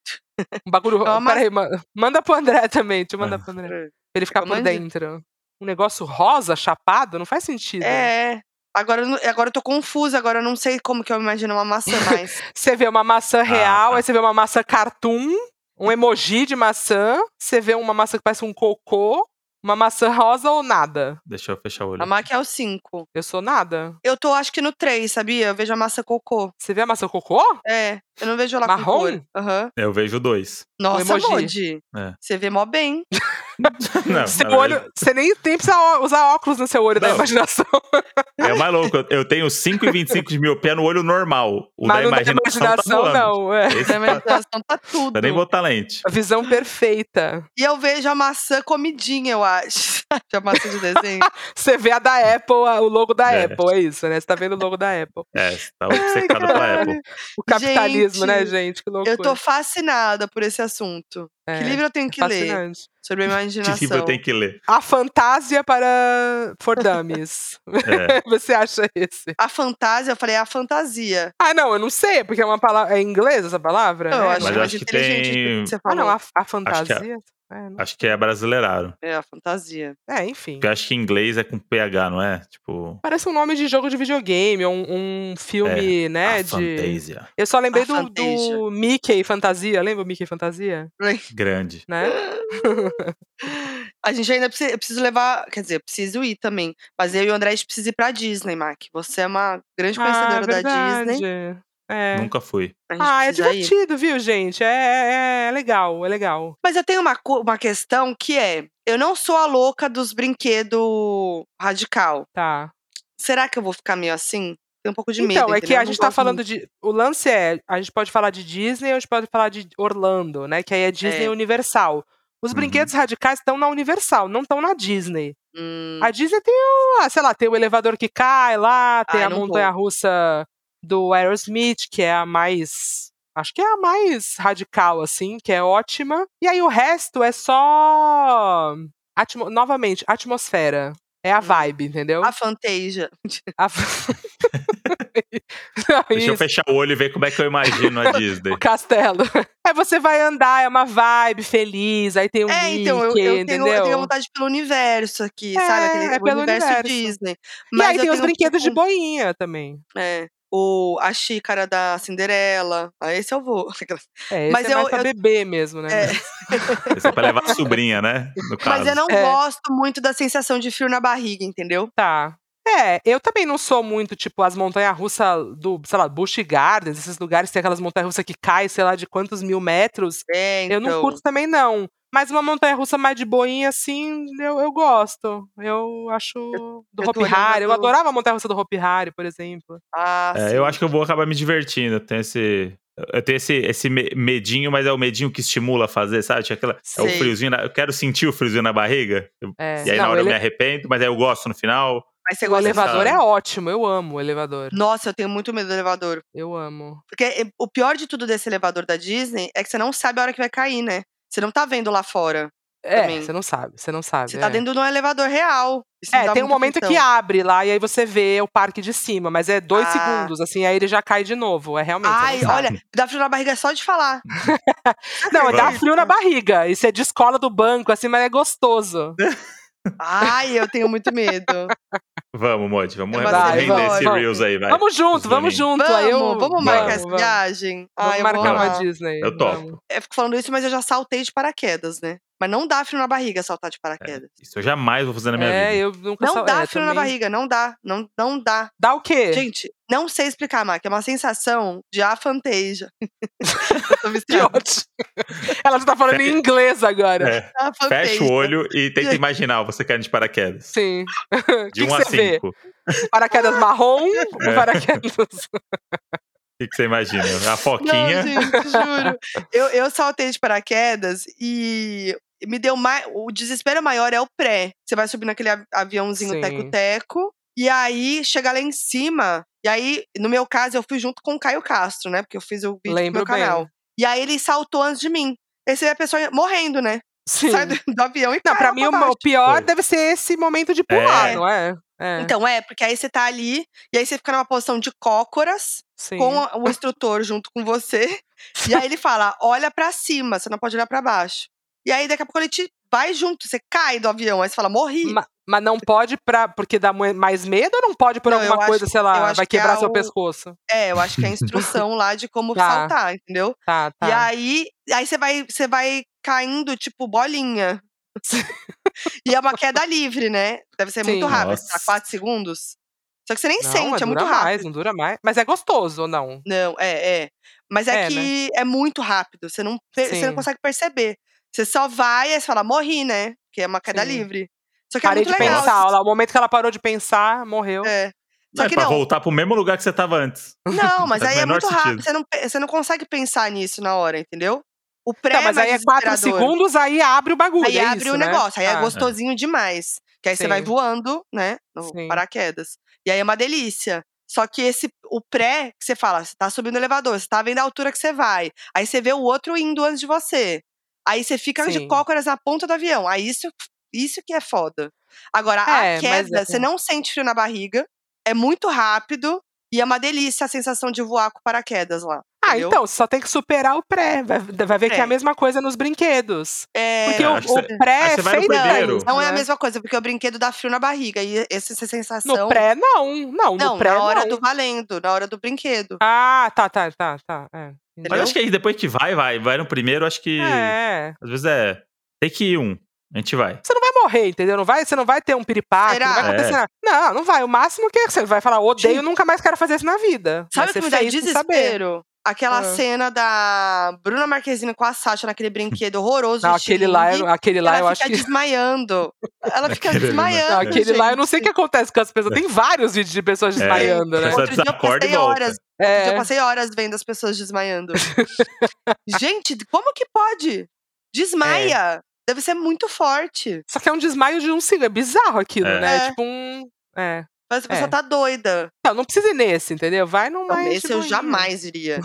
S3: Um bagulho.
S2: É uma
S3: Peraí, ma- manda pro André também. Deixa eu mandar
S1: Ah.
S3: pro André. Pra ele ficar por
S2: mande.
S3: dentro. Um negócio rosa, chapado, não faz sentido.
S2: É. é. Agora, eu não- agora eu tô confusa, agora eu não sei como que eu imagino uma maçã mais.
S3: Você vê uma
S2: Ah,
S3: maçã real,
S1: tá.
S3: aí você vê uma maçã cartoon, um emoji de maçã, você vê uma maçã que parece um cocô, uma maçã rosa ou nada.
S1: Deixa eu fechar o olho.
S2: a Mac é o 5.
S3: Eu sou nada.
S2: Eu tô, acho que no 3, sabia? Eu vejo a maçã cocô.
S3: Você vê a maçã cocô?
S2: É, eu não vejo ela
S3: Marrom?
S2: com cor. Aham.
S1: Eu vejo dois.
S2: Nossa,
S3: emoji.
S2: Modi.
S1: É.
S2: Você vê mó bem.
S1: Não,
S3: Seu
S1: na
S3: olho,
S1: verdade,
S3: você nem, nem precisa ó- usar óculos no seu olho da
S1: Não.
S3: imaginação.
S1: É mais louco. eu- Eu tenho 5,25 de miopia no olho normal. O da
S3: Mas não da
S1: imaginação,
S3: imaginação,
S1: tá voando.
S3: não. É.
S1: Esse
S2: Na
S1: tá,
S2: imaginação tá tudo.
S1: tá nem botar lente.
S3: A visão perfeita.
S2: E eu vejo a maçã comidinha, eu acho. Sabe, a maçã de desenho.
S3: Você vê a da Apple, a- o logo da
S1: É.
S3: Apple, é isso, né? Você tá vendo o logo da Apple.
S1: É, você tá obcecado pela
S2: caralho.
S1: Apple.
S3: O capitalismo,
S2: Gente,
S3: né, gente? Que loucura.
S2: Eu tô fascinada por esse assunto.
S3: É,
S2: Que livro eu tenho que ler
S3: fascinante.
S2: sobre a imaginação?
S1: Que livro Tipo, eu tenho que ler?
S3: A Fantasia para For Dummies.
S1: É.
S3: Você acha esse?
S2: A fantasia, eu falei é a fantasia.
S3: Ah, não, eu não sei, porque é uma palavra. É em inglês essa palavra?
S2: Não, eu
S3: né?
S2: acho é
S1: Mas
S2: mais
S1: acho que
S2: inteligente
S1: tem-
S2: do que você
S3: Ah,
S2: falou.
S3: não, a, a
S1: Acho que é.
S3: fantasia. É, não-
S1: Acho que é brasileirado.
S2: É, a fantasia.
S3: é, enfim.
S1: Porque eu acho que em inglês é com PH, não é? Tipo.
S3: Parece um nome de jogo de videogame, ou um, um filme, né?
S1: a
S3: de...
S1: fantasia.
S3: Eu só lembrei
S2: A
S3: do, do
S2: Fantasia.
S3: Mickey Fantasia. Lembra o Mickey Fantasia?
S1: Grande.
S3: Né?
S2: Ah, A gente ainda precisa, eu preciso levar, quer dizer, eu preciso ir também. Mas eu e o André, a gente precisa ir pra Disney, Mac. Você é uma grande
S3: Ah,
S2: conhecedora da
S3: verdade.
S2: Disney.
S3: É.
S1: Nunca fui.
S2: A gente
S3: Ah, é
S2: precisa ir.
S3: divertido, viu, gente? É, é- é legal, é legal.
S2: Mas eu tenho uma, co- uma questão que é: eu não sou a louca dos brinquedos radical.
S3: Tá.
S2: Será que eu vou ficar meio assim? Tem um pouco de medo.
S3: então, é que
S2: entendeu?
S3: a
S2: Eu
S3: gente
S2: não
S3: tá
S2: gosto
S3: falando de. O lance é: a gente pode falar de Disney ou a gente pode falar de Orlando, né? Que aí é Disney
S2: É.
S3: Universal. Os
S1: Uhum.
S3: brinquedos radicais estão na Universal, não estão na Disney.
S2: muito. Hum,
S3: A Disney tem, o- ah, sei lá, tem o elevador que cai lá, tem
S2: Ai,
S3: a
S2: não vou.
S3: montanha-russa do Aerosmith, que é a mais, acho que é a mais radical, assim, que é ótima. E aí o resto é só, atmo- novamente, atmosfera. É a
S2: Hum.
S3: vibe, entendeu?
S2: a fantasia.
S3: A-
S1: Deixa eu fechar o olho e ver como é que eu imagino a Disney.
S3: o castelo. Aí você vai andar, é uma vibe feliz, aí tem um
S2: É,
S3: Mickey,
S2: então, eu, eu, tenho,
S3: entendeu?
S2: eu tenho vontade pelo universo aqui,
S3: É,
S2: sabe? Aquele
S3: é
S2: tipo,
S3: pelo
S2: universo,
S3: universo.
S2: Disney.
S3: e aí
S2: eu
S3: tem os
S2: tenho
S3: brinquedos de
S2: tipo,
S3: boinha também.
S2: é, o, a xícara da Cinderela. Ah, esse eu vou.
S3: É,
S2: Mas
S3: esse é mais
S2: eu-
S3: pra
S2: eu-
S3: beber mesmo, né?
S2: É.
S1: Esse é pra levar a sobrinha, né? No caso.
S2: Mas eu não
S3: É.
S2: gosto muito da sensação de frio na barriga, entendeu?
S3: Tá. É, eu também não sou muito, tipo, as montanhas-russas do, sei lá, Busch Gardens, esses lugares que tem aquelas montanhas-russas que caem, sei lá, de quantos mil metros.
S2: É, então.
S3: Eu não curto também, não. Mas uma montanha-russa mais de boinha, assim, eu, eu gosto. Eu acho do
S2: eu tô
S3: Hopi Hari. Eu
S2: olhando-
S3: adorava a montanha-russa do Hopi Hari, por exemplo.
S2: Ah,
S1: É,
S2: sim.
S1: eu acho que eu vou acabar me divertindo. Eu tenho esse. Eu tenho esse, esse me- medinho, mas é o medinho que estimula a fazer, sabe? Tinha aquela- é o
S2: Sei.
S1: friozinho. na- eu quero sentir o friozinho na barriga. Eu-
S3: É.
S1: E aí, na
S3: Não,
S1: hora
S3: ele-
S1: eu me arrependo, mas aí eu gosto no final.
S2: Mas você
S3: o
S2: gosta
S3: elevador
S1: dessa-
S3: é ótimo. Eu amo o elevador.
S2: Nossa, eu tenho muito medo do elevador.
S3: Eu amo.
S2: Porque eh, o pior de tudo desse elevador da Disney é que você não sabe a hora que vai cair, né? Você não tá vendo lá fora.
S3: É,
S2: Também.
S3: você não sabe, você não sabe.
S2: Você tá
S3: é.
S2: dentro de um elevador real. Isso me
S3: É,
S2: dá
S3: tem um
S2: muita
S3: momento
S2: aflição.
S3: que abre lá e aí você vê o parque de cima, mas é dois
S2: Ah.
S3: segundos, assim, aí ele já cai de novo. É realmente. você
S2: Ai,
S3: não sabe.
S2: olha, dá frio na barriga só de falar.
S3: Não, dá
S1: Vamos.
S3: frio na barriga. Isso é de escola do banco, assim, mas é gostoso.
S2: Ai, eu tenho muito medo.
S1: Vamos, Modi, vamos,
S2: Vai,
S1: vamos render
S3: vamos,
S1: esse
S3: vamos.
S1: Reels aí, vai.
S3: vamos junto, vamos
S1: Zulinho.
S3: junto.
S2: Vamos,
S3: aí eu-
S2: vamos marcar essa
S3: vamos.
S2: viagem.
S3: Vamos
S2: Ai, eu vou
S3: marcar uma
S2: amar.
S3: Disney.
S1: Eu topo.
S3: vamos.
S2: Eu fico falando isso, mas eu já saltei de paraquedas, né? Mas não dá frio na barriga saltar de paraquedas.
S1: Isso eu jamais vou fazer na minha
S3: É,
S1: vida.
S3: eu nunca
S2: Não
S3: sal-
S2: dá
S3: é,
S2: frio na
S3: também-
S2: barriga, não dá. Não, não dá.
S3: Dá o quê?
S2: Gente, não sei explicar, Mac. É uma sensação de afanteja. eu tô
S3: que
S2: viciada.
S3: ótimo. Ela já tá falando em inglês agora.
S1: É,
S2: Afanteja.
S1: fecha o olho e tenta imaginar você caindo de paraquedas.
S3: Sim. O
S1: De
S3: que,
S1: 1 a
S3: que você vê?
S1: 5. O
S3: Paraquedas marrom ou
S1: É.
S3: paraquedas?
S1: que, que você imagina? A
S2: Não,
S1: foquinha.
S2: gente, juro. Eu, eu saltei de paraquedas e me deu mais. O desespero maior é o pré. Você vai subir naquele a- aviãozinho
S3: Sim.
S2: teco-teco. E aí chega lá em cima. E aí, no meu caso, eu fui junto com o Caio Castro, né? Porque eu fiz o vídeo
S3: Lembro
S2: pro meu canal.
S3: bem.
S2: E aí ele saltou antes de mim. Esse é a pessoa morrendo, né?
S3: Sim.
S2: Sai do, do avião e
S3: Não,
S2: cai
S3: pra
S2: lá
S3: mim o
S2: baixo.
S3: o pior
S1: Foi.
S3: deve ser esse momento de pular,
S1: É.
S3: não é? É,
S2: Então, é, porque aí você tá ali, e aí você fica numa posição de cócoras,
S3: sim.
S2: com a- o instrutor junto com você. E aí ele fala: olha pra cima, você não pode olhar pra baixo. E aí daqui a pouco ele te vai junto, você cai do avião, aí você fala: morri.
S3: Ma- Mas não pode pra, porque dá mu- mais medo ou não pode por
S2: Não, eu
S3: alguma
S2: acho
S3: coisa, sei
S2: eu
S3: lá,
S2: acho
S3: vai
S2: que
S3: quebrar
S2: é
S3: seu
S2: o-
S3: pescoço?
S2: É, eu acho que é a instrução lá de como
S3: Tá.
S2: saltar, entendeu?
S3: Tá, tá.
S2: E aí, aí você vai, você vai caindo tipo bolinha. e é uma queda livre, né? Deve ser muito
S3: Sim.
S2: rápido, sei lá,
S1: Nossa.
S2: 4 segundos. Só que você nem
S3: não, mas
S2: sente, é muito
S3: dura mais,
S2: rápido.
S3: não dura mais. Mas é gostoso ou não?
S2: Não, é, é. Mas é,
S3: É, né?
S2: que é muito rápido. Você não, per- você
S3: Sim.
S2: não consegue perceber. Você só vai e você fala, morri, né? Porque é uma queda
S3: Sim.
S2: livre. Só que
S3: Parei
S2: é muito
S3: de
S2: legal.
S3: pensar, olha lá, o momento que ela parou de pensar, morreu.
S2: É.
S1: Não,
S2: Só
S1: é
S2: que
S1: pra
S2: não.
S1: voltar pro mesmo lugar que você tava antes.
S2: Não, mas
S1: Faz o
S2: aí é
S1: menor
S2: muito rápido.
S1: sentido.
S2: Você não, pe- você não consegue pensar nisso na hora, entendeu? O pré
S3: Tá, mas
S2: é mais
S3: aí é quatro
S2: desesperador.
S3: segundos, aí abre o bagulho.
S2: Aí
S3: é
S2: abre
S3: isso,
S2: o
S3: né?
S2: negócio, aí
S3: Tá.
S2: é gostosinho demais. Que aí você
S3: Sim.
S2: vai voando, né? No
S3: Sim.
S2: paraquedas. E aí é uma delícia. Só que esse, o pré, que você fala, você tá subindo o elevador, você tá vendo a altura que você vai. Aí você vê o outro indo antes de você. Aí você fica de
S3: Sim.
S2: cócoras na ponta do avião. Aí isso, isso que é foda. Agora,
S3: É,
S2: a
S3: mas
S2: queda,
S3: é-
S2: você não sente frio na barriga, é muito rápido e é uma delícia a sensação de voar com paraquedas lá.
S3: Ah,
S2: entendeu?
S3: então, só tem que superar o pré. Vai, vai ver que é a
S2: Pré.
S3: mesma coisa nos brinquedos.
S2: É,
S3: Porque o,
S1: acho que
S3: o
S1: você-
S3: pré
S1: acho que você
S3: é
S1: vai no
S3: feito pra
S1: primeiro.
S3: isso,
S2: Não é a
S3: né?
S2: mesma coisa, porque o brinquedo dá frio na barriga. E essa, essa sensação.
S3: No pré, não. Não,
S2: não,
S3: no pré,
S2: na hora
S3: não.
S2: do valendo, na hora do brinquedo.
S3: Ah, tá, tá, tá, tá. É.
S1: Mas
S2: Entendeu?
S1: acho que aí depois que vai, vai. Vai no primeiro, acho que.
S3: É.
S1: Às vezes é. Tem que ir um. A gente vai.
S3: Você não vai morrer, entendeu? Não vai, você não vai ter um piripaque, não vai
S1: É.
S2: Será?
S3: acontecer nada. Não, não vai. O máximo que é que você vai falar, odeio,
S2: Gente.
S3: nunca mais quero fazer isso na vida.
S2: Sabe
S3: Mas
S2: o que
S3: você
S2: me dá
S3: fez sem saber.
S2: desespero? Aquela
S3: Ah.
S2: cena da Bruna Marquezine com a Sasha naquele brinquedo horroroso.
S3: Não,
S2: de
S3: aquele lá,
S2: xilingue,
S3: aquele lá
S2: ela
S3: eu acho
S2: fica
S3: que.
S2: desmaiando. Ela
S1: Aquele
S2: fica
S1: ali, né?
S2: desmaiando.
S3: Não, aquele lá eu não sei o
S2: gente.
S3: que acontece com as pessoas. Tem vários vídeos de pessoas
S1: É.
S3: desmaiando, né?
S1: Pessoa
S2: Outro dia eu
S1: desacorda e
S2: passei
S1: volta.
S2: horas. Outro dia
S3: É.
S2: Eu passei horas vendo as pessoas desmaiando. gente, como que
S3: É.
S2: pode? Desmaia. Deve ser muito forte.
S3: Só que é um desmaio de um segundo. É bizarro aquilo,
S1: É.
S3: né?
S2: É.
S3: É tipo um. É.
S2: Mas a pessoa
S3: É.
S2: tá doida.
S3: Não, não precisa ir nesse, entendeu? Vai num
S2: Não,
S3: mais. tipo um
S2: esse
S3: de
S2: eu
S3: boinha.
S2: jamais iria.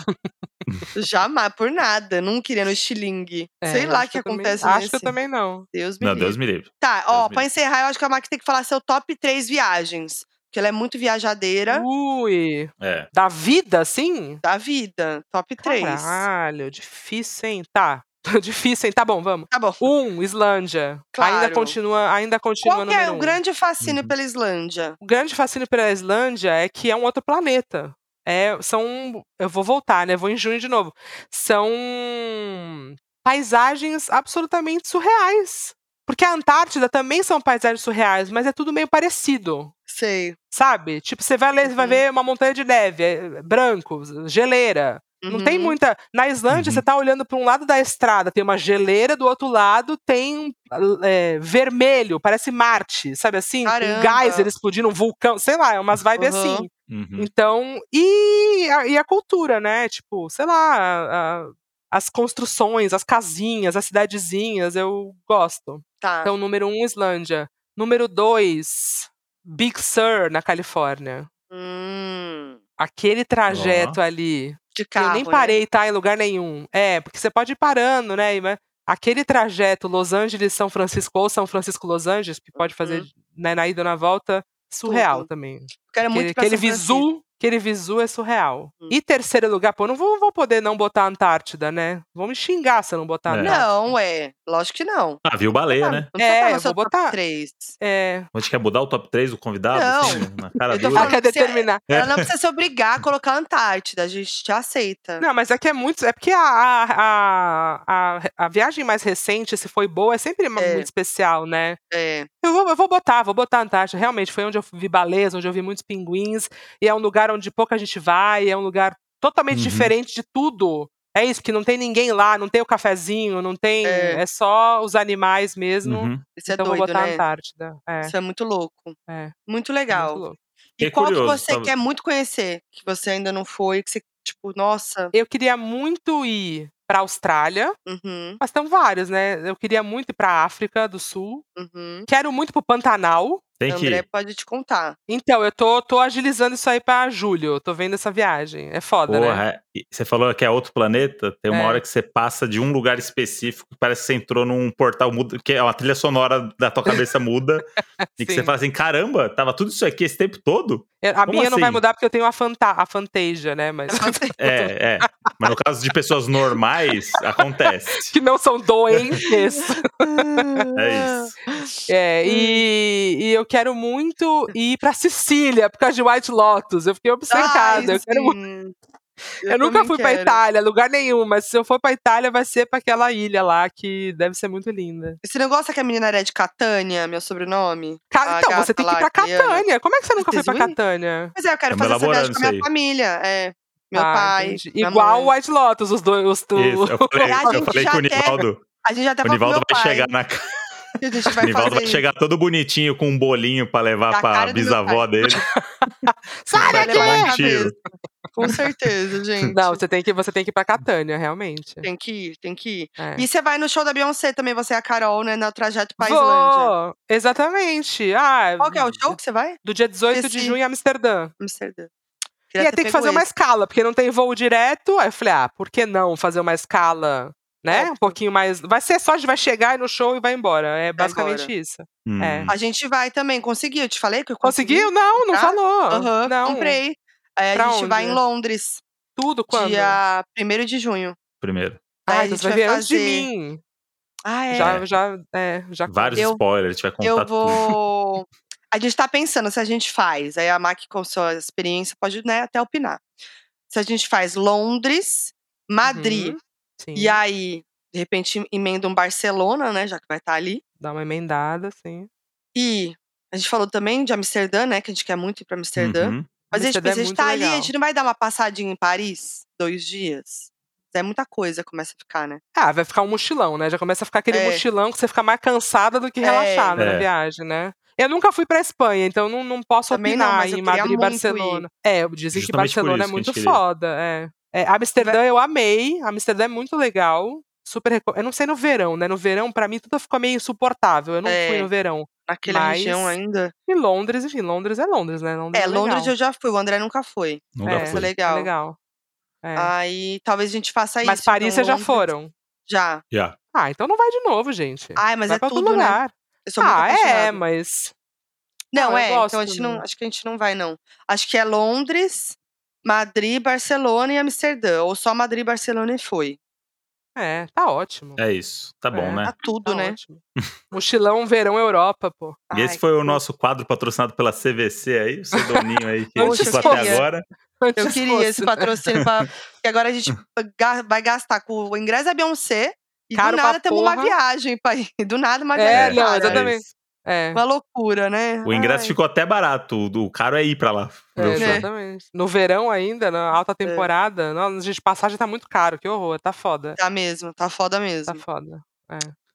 S2: jamais, por nada. Não queria no xilingue.
S3: É,
S2: Sei
S3: eu
S2: lá
S3: acho
S2: o que
S3: eu também-
S2: acontece
S3: Acho
S2: nesse.
S3: que eu também não.
S2: Deus me
S1: Não,
S2: livre.
S1: Deus me livre.
S2: Tá, ó,
S1: me
S2: pra encerrar, eu acho que a Mac tem que falar seu top 3 viagens. Porque ela é muito viajadeira
S3: Hum. Ui.
S1: É.
S3: Da vida, assim?
S2: da vida. Top 3.
S3: Caralho, difícil, hein? Tá. difícil, hein? Tá bom, vamos.
S2: Tá bom.
S3: Um, Islândia.
S2: Claro.
S3: Ainda continua, ainda continua
S2: Qual que
S3: número
S2: é o
S3: um.
S2: grande fascínio
S1: Uhum.
S2: pela Islândia?
S3: O grande fascínio pela Islândia é que é um outro planeta. É, são. Eu vou voltar, né? Vou em junho de novo. São paisagens absolutamente surreais. Porque a Antártida também são paisagens surreais, mas é tudo meio parecido.
S2: Sei.
S3: Sabe? Tipo, você vai, ler, você vai
S2: Uhum.
S3: ver uma montanha de neve, é branco, geleira. Não tem
S2: Uhum.
S3: muita. Na Islândia,
S1: Uhum.
S3: você tá olhando para um lado da estrada, tem uma geleira, do outro lado tem é, vermelho, parece Marte, sabe assim?
S2: Caramba.
S3: Um geyser explodindo, um vulcão, sei lá, é umas vibes
S2: Uhum.
S3: assim.
S1: Uhum.
S3: Então, e a, e a cultura, né? Tipo, sei lá, a- a- as construções, as casinhas, as cidadezinhas, eu gosto.
S2: Tá.
S3: Então, número um, Islândia. Número dois, Big Sur, na Califórnia.
S2: Hum,
S3: Aquele trajeto ali.
S2: de
S3: E
S2: carro.
S3: eu nem
S2: né?
S3: parei, tá? Em lugar nenhum. É, porque você pode ir parando, né? e vai- Aquele trajeto Los Angeles-São Francisco ou São Francisco-Los Angeles, que pode fazer
S2: Uhum.
S3: né, na ida ou na volta, surreal
S2: Tudo.
S3: também.
S2: Eu quero
S3: Aquele,
S2: muito pra
S3: aquele
S2: São Francisco.
S3: visu, aquele visu é surreal.
S2: Hum.
S3: E terceiro lugar, pô, eu não vou, vou poder não botar a Antártida, né? Vão me xingar se eu não botar a
S1: É.
S3: Antártida.
S2: Não, é. Lógico que não.
S1: Ah, viu baleia, né?
S2: Não precisa
S3: É,
S2: tá no
S3: eu
S2: seu
S3: vou
S2: top
S3: botar-
S2: 3.
S3: É,
S1: A gente quer mudar o top 3 do convidado?
S2: Não.
S1: assim, na cara
S2: Eu
S1: dura?
S2: tô
S3: ela
S2: falando
S3: quer
S2: que você- é
S3: determinar.
S2: Ela não precisa se obrigar a colocar a Antártida, a gente te aceita.
S3: Não, mas é que é muito. É porque a, a, a, a, a viagem mais recente, se foi boa, é sempre ma-
S2: É.
S3: muito especial, né?
S2: É.
S3: Eu vou, eu vou botar, vou botar a Antártida. Realmente, foi onde eu vi baleias, onde eu vi muitos pinguins. E é um lugar onde pouca gente vai, é um lugar totalmente
S1: Uhum.
S3: diferente de tudo. É isso, porque não tem ninguém lá, não tem o cafezinho, não tem.
S2: É.
S3: É, só os animais mesmo.
S1: Uhum.
S2: Isso é
S3: Então eu
S2: doido,
S3: vou botar a
S2: né?
S3: Antártida. É,
S2: Isso é muito louco.
S3: é.
S2: Muito
S3: é
S2: legal.
S3: muito louco.
S2: E
S1: Fiquei
S2: qual que
S1: curioso,
S2: você
S1: sabe?
S2: quer muito conhecer? Que você ainda não foi, que você, tipo, nossa.
S3: Eu queria muito ir pra Austrália,
S2: Uhum,
S3: mas tem vários, né? Eu queria muito ir pra África do Sul.
S2: uhum.
S3: Quero muito pro Pantanal.
S1: Tem que
S2: André
S1: ir.
S2: pode te contar.
S3: Então, eu tô, tô agilizando isso aí pra julho. Eu tô vendo essa viagem. É foda, né?
S1: Porra, é- e você falou que é outro planeta. Tem uma
S3: É.
S1: hora que você passa de um lugar específico, parece que você entrou num portal muda, que é uma trilha sonora da tua cabeça muda, e que você
S3: Sim.
S1: fala assim: caramba, tava tudo isso aqui esse tempo todo?
S3: É, A
S1: Como
S3: minha não vai
S1: assim?
S3: mudar porque eu tenho a, fanta a fantasia, né? Mas
S1: É, é. Mas no caso de pessoas normais, acontece.
S3: que não são doentes.
S1: É isso.
S3: É,
S2: Hum.
S3: e, e eu quero muito ir pra Sicília por causa de White Lotus. Eu fiquei obcecada. eu, quero muito.
S2: Eu,
S3: eu nunca
S2: também
S3: fui pra
S2: quero.
S3: Itália, lugar nenhum, mas se eu for pra Itália, vai ser pra aquela ilha lá que deve ser muito linda.
S2: Esse negócio é que a menina era de Catânia, meu sobrenome.
S3: Ca-
S2: A
S3: então,
S2: gata
S3: você tem que ir
S2: lá,
S3: pra
S2: italiana.
S3: Catânia. Como é que você nunca foi
S2: Vocês
S3: pra
S2: viram?
S3: Catânia?
S2: Mas é, eu quero
S1: Tamo
S2: fazer essa viagem
S1: elaborando
S2: com a
S1: isso
S2: minha
S1: aí.
S2: família. É. Meu
S3: Ah,
S2: pai.
S3: entendi.
S2: minha
S3: Igual o
S2: mãe.
S3: White Lotus, os dois. Os do...
S1: Isso, eu falei,
S2: A
S1: eu
S2: gente
S1: falei
S2: já
S1: com o
S2: até-
S1: Nivaldo.
S2: A gente já até
S1: O
S2: falou pro
S1: Nivaldo
S2: meu
S1: vai
S2: pai
S1: chegar na casa.
S2: que a gente
S1: O
S2: vai
S1: Nivaldo
S2: fazer
S1: vai
S2: isso.
S1: chegar todo bonitinho com um bolinho pra levar
S2: Da
S1: pra
S2: cara do meu
S1: bisavó dele.
S3: Sai
S1: Vai
S2: daqui!
S1: tomar um
S2: Cabeça.
S1: tiro.
S2: é Com certeza, gente.
S3: Não, você tem que, você tem que ir pra Catânia, realmente.
S2: Tem que ir, tem que ir.
S3: É.
S2: E você vai no show da Beyoncé também, você e a Carol, né? No trajeto pra Islândia.
S3: Vou! Exatamente. Ah,
S2: Qual que é o show que você vai?
S3: Do dia 18 de
S2: Esqueci.
S3: junho em Amsterdã.
S2: Amsterdã.
S3: E
S2: Queria
S3: aí
S2: ter
S3: tem que fazer
S2: pego
S3: uma
S2: esse.
S3: escala, porque não tem voo direto. Aí eu falei, ah, por que não fazer uma escala, né?
S2: Óbvio.
S3: Um pouquinho mais. Vai ser só, a gente vai chegar no show e vai embora. É basicamente
S2: embora.
S3: isso.
S1: Hum.
S3: É.
S2: A gente vai também. Conseguiu? Eu te falei que eu consegui?
S3: Conseguiu? Não, não
S2: comprar?
S3: falou.
S2: Aham,
S3: não.
S2: comprei. Aí a
S3: Pra
S2: gente vai
S3: onde?
S2: em Londres,
S3: Tudo quando?
S2: dia 1 de junho.
S1: Primeiro.
S2: Daí
S3: Ah,
S2: a
S3: então
S2: gente
S3: você vai
S2: vai
S3: ver antes de
S2: fazer-
S3: mim.
S2: Ah, é.
S3: Já, já, é, já.
S1: Vários
S2: Eu-
S1: spoilers, a gente vai
S2: Eu
S1: contar Então tá tudo.
S2: vou. A gente tá pensando se a gente faz. Aí a Mac, com sua experiência, pode né, até opinar. Se a gente faz Londres, Madrid,
S3: Uhum, Sim.
S2: e aí, de repente, emenda um Barcelona, né? Já que vai estar ali.
S3: Dá uma emendada, sim.
S2: E a gente falou também de Amsterdã, né? Que a gente quer muito ir pra Amsterdã.
S1: Uhum.
S2: Mas a gente
S3: Amsterdã é
S2: pensa, a gente
S3: muito
S2: tá ali, a
S3: legal.
S2: gente não vai dar uma passadinha em Paris dois dias. É muita coisa, começa a ficar, né?
S3: Ah, vai ficar um mochilão, né? Já começa a ficar aquele
S2: É.
S3: mochilão que você fica mais cansada do que
S2: É.
S3: relaxada
S1: É.
S3: na viagem, né? Eu nunca fui pra Espanha, então não, não posso
S2: Também não,
S3: opinar
S2: mas eu
S3: em
S2: queria
S3: Madrid e
S2: muito
S3: Barcelona. É, dizem que
S1: Justamente por
S3: Barcelona é
S1: isso que a gente
S3: muito
S1: queria.
S3: foda, é. É, Amsterdã eu amei, Amsterdã é muito legal, super recomendo. Eu não sei no verão, né? No verão, pra mim, tudo ficou meio insuportável, eu não
S2: É.
S3: fui no verão.
S2: Naquela
S3: Mas-
S2: região ainda.
S3: E Londres, enfim, Londres é Londres, né? Londres
S2: É,
S3: é legal.
S2: Londres eu já fui, o André nunca foi.
S1: Nunca
S3: É.
S2: Isso é
S1: fui.
S2: legal.
S3: É legal. É.
S2: Aí talvez a gente faça isso.
S3: Mas Paris
S2: então,
S3: vocês já
S2: Londres-
S3: foram.
S2: Já.
S1: Já.
S3: Ah, então não vai de novo, gente.
S2: Ai, mas
S3: vai
S2: é
S3: pra
S2: tudo,
S3: outro
S2: né?
S3: lugar.
S2: Eu sou muito
S3: ah,
S2: apaixonada.
S3: é, mas
S2: Não,
S3: eu
S2: é.
S3: gosto
S2: então a gente não,
S3: também.
S2: acho que a gente não vai, não. Acho que é Londres, Madrid, Barcelona e Amsterdã. Ou só Madrid, Barcelona e foi.
S3: É, tá ótimo.
S1: É isso. Tá bom,
S3: É.
S1: né?
S2: Tá tudo,
S3: Tá
S2: né?
S3: ótimo. Mochilão verão Europa, pô.
S1: E esse
S2: Ai,
S1: foi o nosso quadro patrocinado pela CVC aí, o seu doninho aí que
S3: Poxa,
S1: ficou
S3: eu
S1: até
S2: queria.
S1: agora.
S2: Eu
S3: Antes
S2: queria
S3: fosse,
S2: esse
S3: né?
S2: patrocínio pra. Porque agora a gente ga- vai gastar com o ingresso da Beyoncé e
S3: Caro
S2: do
S3: pra
S2: nada temos uma
S3: porra.
S2: viagem, pai. Do nada uma
S3: É,
S2: viagem.
S3: não,
S2: cara.
S3: exatamente. É.
S2: Uma loucura, né?
S1: O ingresso
S2: Ai. né?
S1: ficou até barato, o do caro é ir pra lá. ver o
S3: É,
S1: show.
S3: exatamente. No verão ainda, na
S2: É.
S3: alta temporada. Nossa, gente, passagem tá muito caro, que horror, tá foda.
S2: Tá mesmo, tá foda
S3: Tá
S2: mesmo.
S3: foda.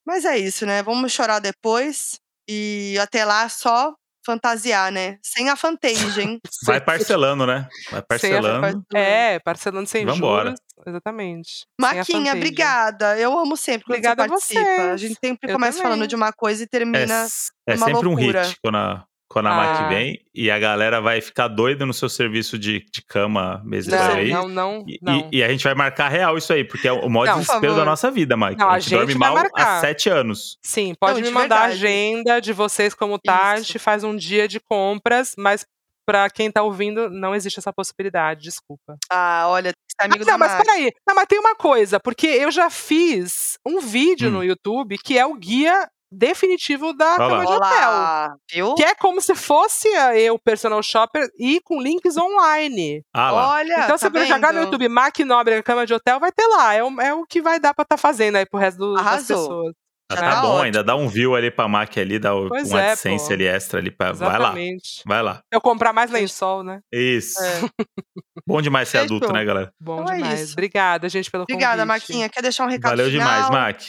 S2: Mas é isso, né? Vamos chorar depois. E até lá só fantasiar, né? Sem a fantasia, hein?
S1: Vai parcelando, né? Vai
S2: Vai-
S1: parcelando.
S2: né?
S3: É, parcelando sem
S1: Vambora.
S3: juros. Exatamente. Sem a né?
S2: Maquinha,
S3: fantasia.
S2: obrigada. Eu amo sempre quando
S3: Obrigada a
S2: você participa. A
S3: vocês.
S2: gente sempre
S3: Eu
S2: começa falando
S3: também.
S2: de uma coisa e
S1: É,
S2: termina.
S1: é
S2: uma
S1: sempre um
S2: loucura.
S1: hit quando a, quando a Mac
S3: Ah.
S1: vem e a galera vai ficar doida no seu serviço de, de cama meses por aí.
S3: Não, não, não.
S1: E,
S3: não.
S1: e- e a gente vai marcar real isso aí, porque é o maior
S3: Não. Por
S1: desespero da
S2: favor.
S1: nossa vida, Mike.
S3: Não, a
S1: dorme
S3: gente vai
S1: mal há
S3: marcar.
S1: sete anos.
S3: Sim, pode
S2: Não,
S3: me
S2: de
S3: mandar a
S2: verdade.
S3: agenda de vocês como tá. A
S2: Isso.
S3: gente faz um dia de compras, mas pra quem tá ouvindo, não existe essa possibilidade, desculpa.
S2: Ah, olha, tem que ser amigo
S3: Ah,
S2: da
S3: não, mas
S2: Mari.
S3: peraí. Não, mas tem uma coisa, porque eu já fiz um vídeo
S1: Hum.
S3: no YouTube que é o guia definitivo da
S1: Olha lá.
S3: cama de hotel.
S2: Olá, viu?
S3: Que é como se fosse a- eu, personal shopper, e com links online.
S1: Ah lá.
S2: Olha,
S3: então,
S2: tá
S3: se você jogar no
S2: vendo?
S3: YouTube Mac Nóbrega Cama de Hotel, vai ter lá. É o, é o que vai dar pra estar fazendo aí pro resto do, das
S2: Arrasou.
S3: pessoas.
S1: Já
S2: Já
S1: tá,
S2: tá
S1: bom,
S2: ótimo.
S1: ainda dá um view ali pra Mac ali, dá o-
S3: Pois
S1: um
S3: é,
S1: AdSense
S3: pô.
S1: ali extra ali pra.
S3: Exatamente.
S1: Vai lá, vai lá.
S3: Eu comprar mais lençol, né?
S1: Isso.
S2: É.
S1: Bom demais ser
S2: Fechou.
S1: adulto, né, galera?
S3: Bom
S2: Então é
S3: demais.
S2: isso.
S3: Obrigada, gente, pelo
S2: Obrigada,
S3: convite.
S2: Marquinha. Quer deixar um recado
S1: Valeu
S2: final?
S1: demais, Mac.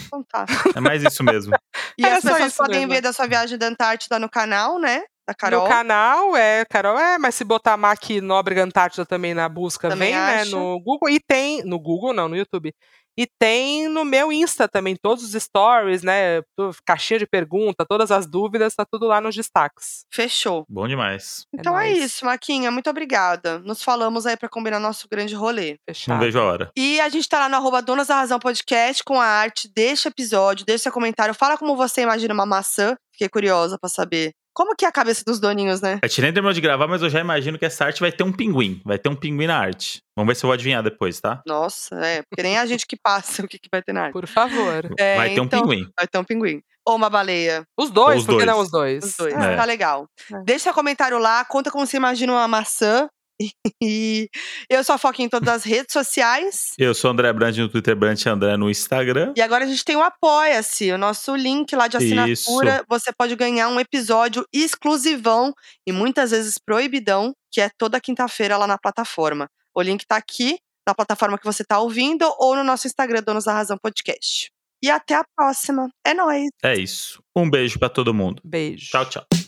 S2: Então tá.
S1: É mais isso mesmo.
S2: E
S3: Era
S2: as
S3: só
S2: pessoas
S3: isso
S2: podem
S3: mesmo.
S2: ver da sua viagem da Antártida no canal, né? Da Carol.
S3: No canal, é, Carol, é, mas se botar Mac Nóbrega Antártida também na busca,
S2: Também
S3: vem,
S2: acha.
S3: né, no Google. E tem, no Google não, no YouTube. E tem no meu Insta também, todos os stories, né, tu- caixinha de pergunta, todas as dúvidas, tá tudo lá nos destaques.
S2: Fechou.
S1: Bom demais.
S2: Então é,
S3: nóis.
S2: isso, Maquinha. Muito obrigada. Nos falamos aí pra combinar nosso grande rolê.
S3: Fechado.
S1: Não vejo a hora.
S2: E a gente tá lá no arroba Donas da Razão Podcast com a arte deste episódio, deixa seu comentário. Fala como você imagina uma maçã. Fiquei curiosa pra saber. Como que é a cabeça dos doninhos, né?
S1: A gente nem terminou de gravar, mas eu já imagino que essa arte vai ter um pinguim. Vai ter um pinguim na arte. Vamos ver se eu vou adivinhar depois, tá?
S2: Nossa, é. Porque nem a gente que passa o que, que vai ter na arte.
S3: Por favor.
S2: É,
S1: vai ter um
S2: então,
S1: pinguim.
S2: Vai ter um pinguim. Ou uma baleia.
S3: Os dois,
S1: Os
S3: por que
S1: dois.
S3: não os dois?
S2: Os dois.
S1: É.
S2: Tá legal. Deixa seu comentário lá, conta como você imagina uma maçã. E eu sou a Foquinha em todas as redes sociais.
S1: Eu sou o André Brandi no Twitter, Brandi André no Instagram.
S2: E agora a gente tem o Apoia-se, o nosso link lá de assinatura. Você pode ganhar um episódio exclusivão e muitas vezes proibidão, que é toda quinta-feira lá na plataforma. O link tá aqui, na plataforma que você tá ouvindo, ou no nosso Instagram, Donos da Razão Podcast. E até a próxima. É nóis!
S1: É isso. Um beijo pra todo mundo.
S3: Beijo.
S1: Tchau, tchau.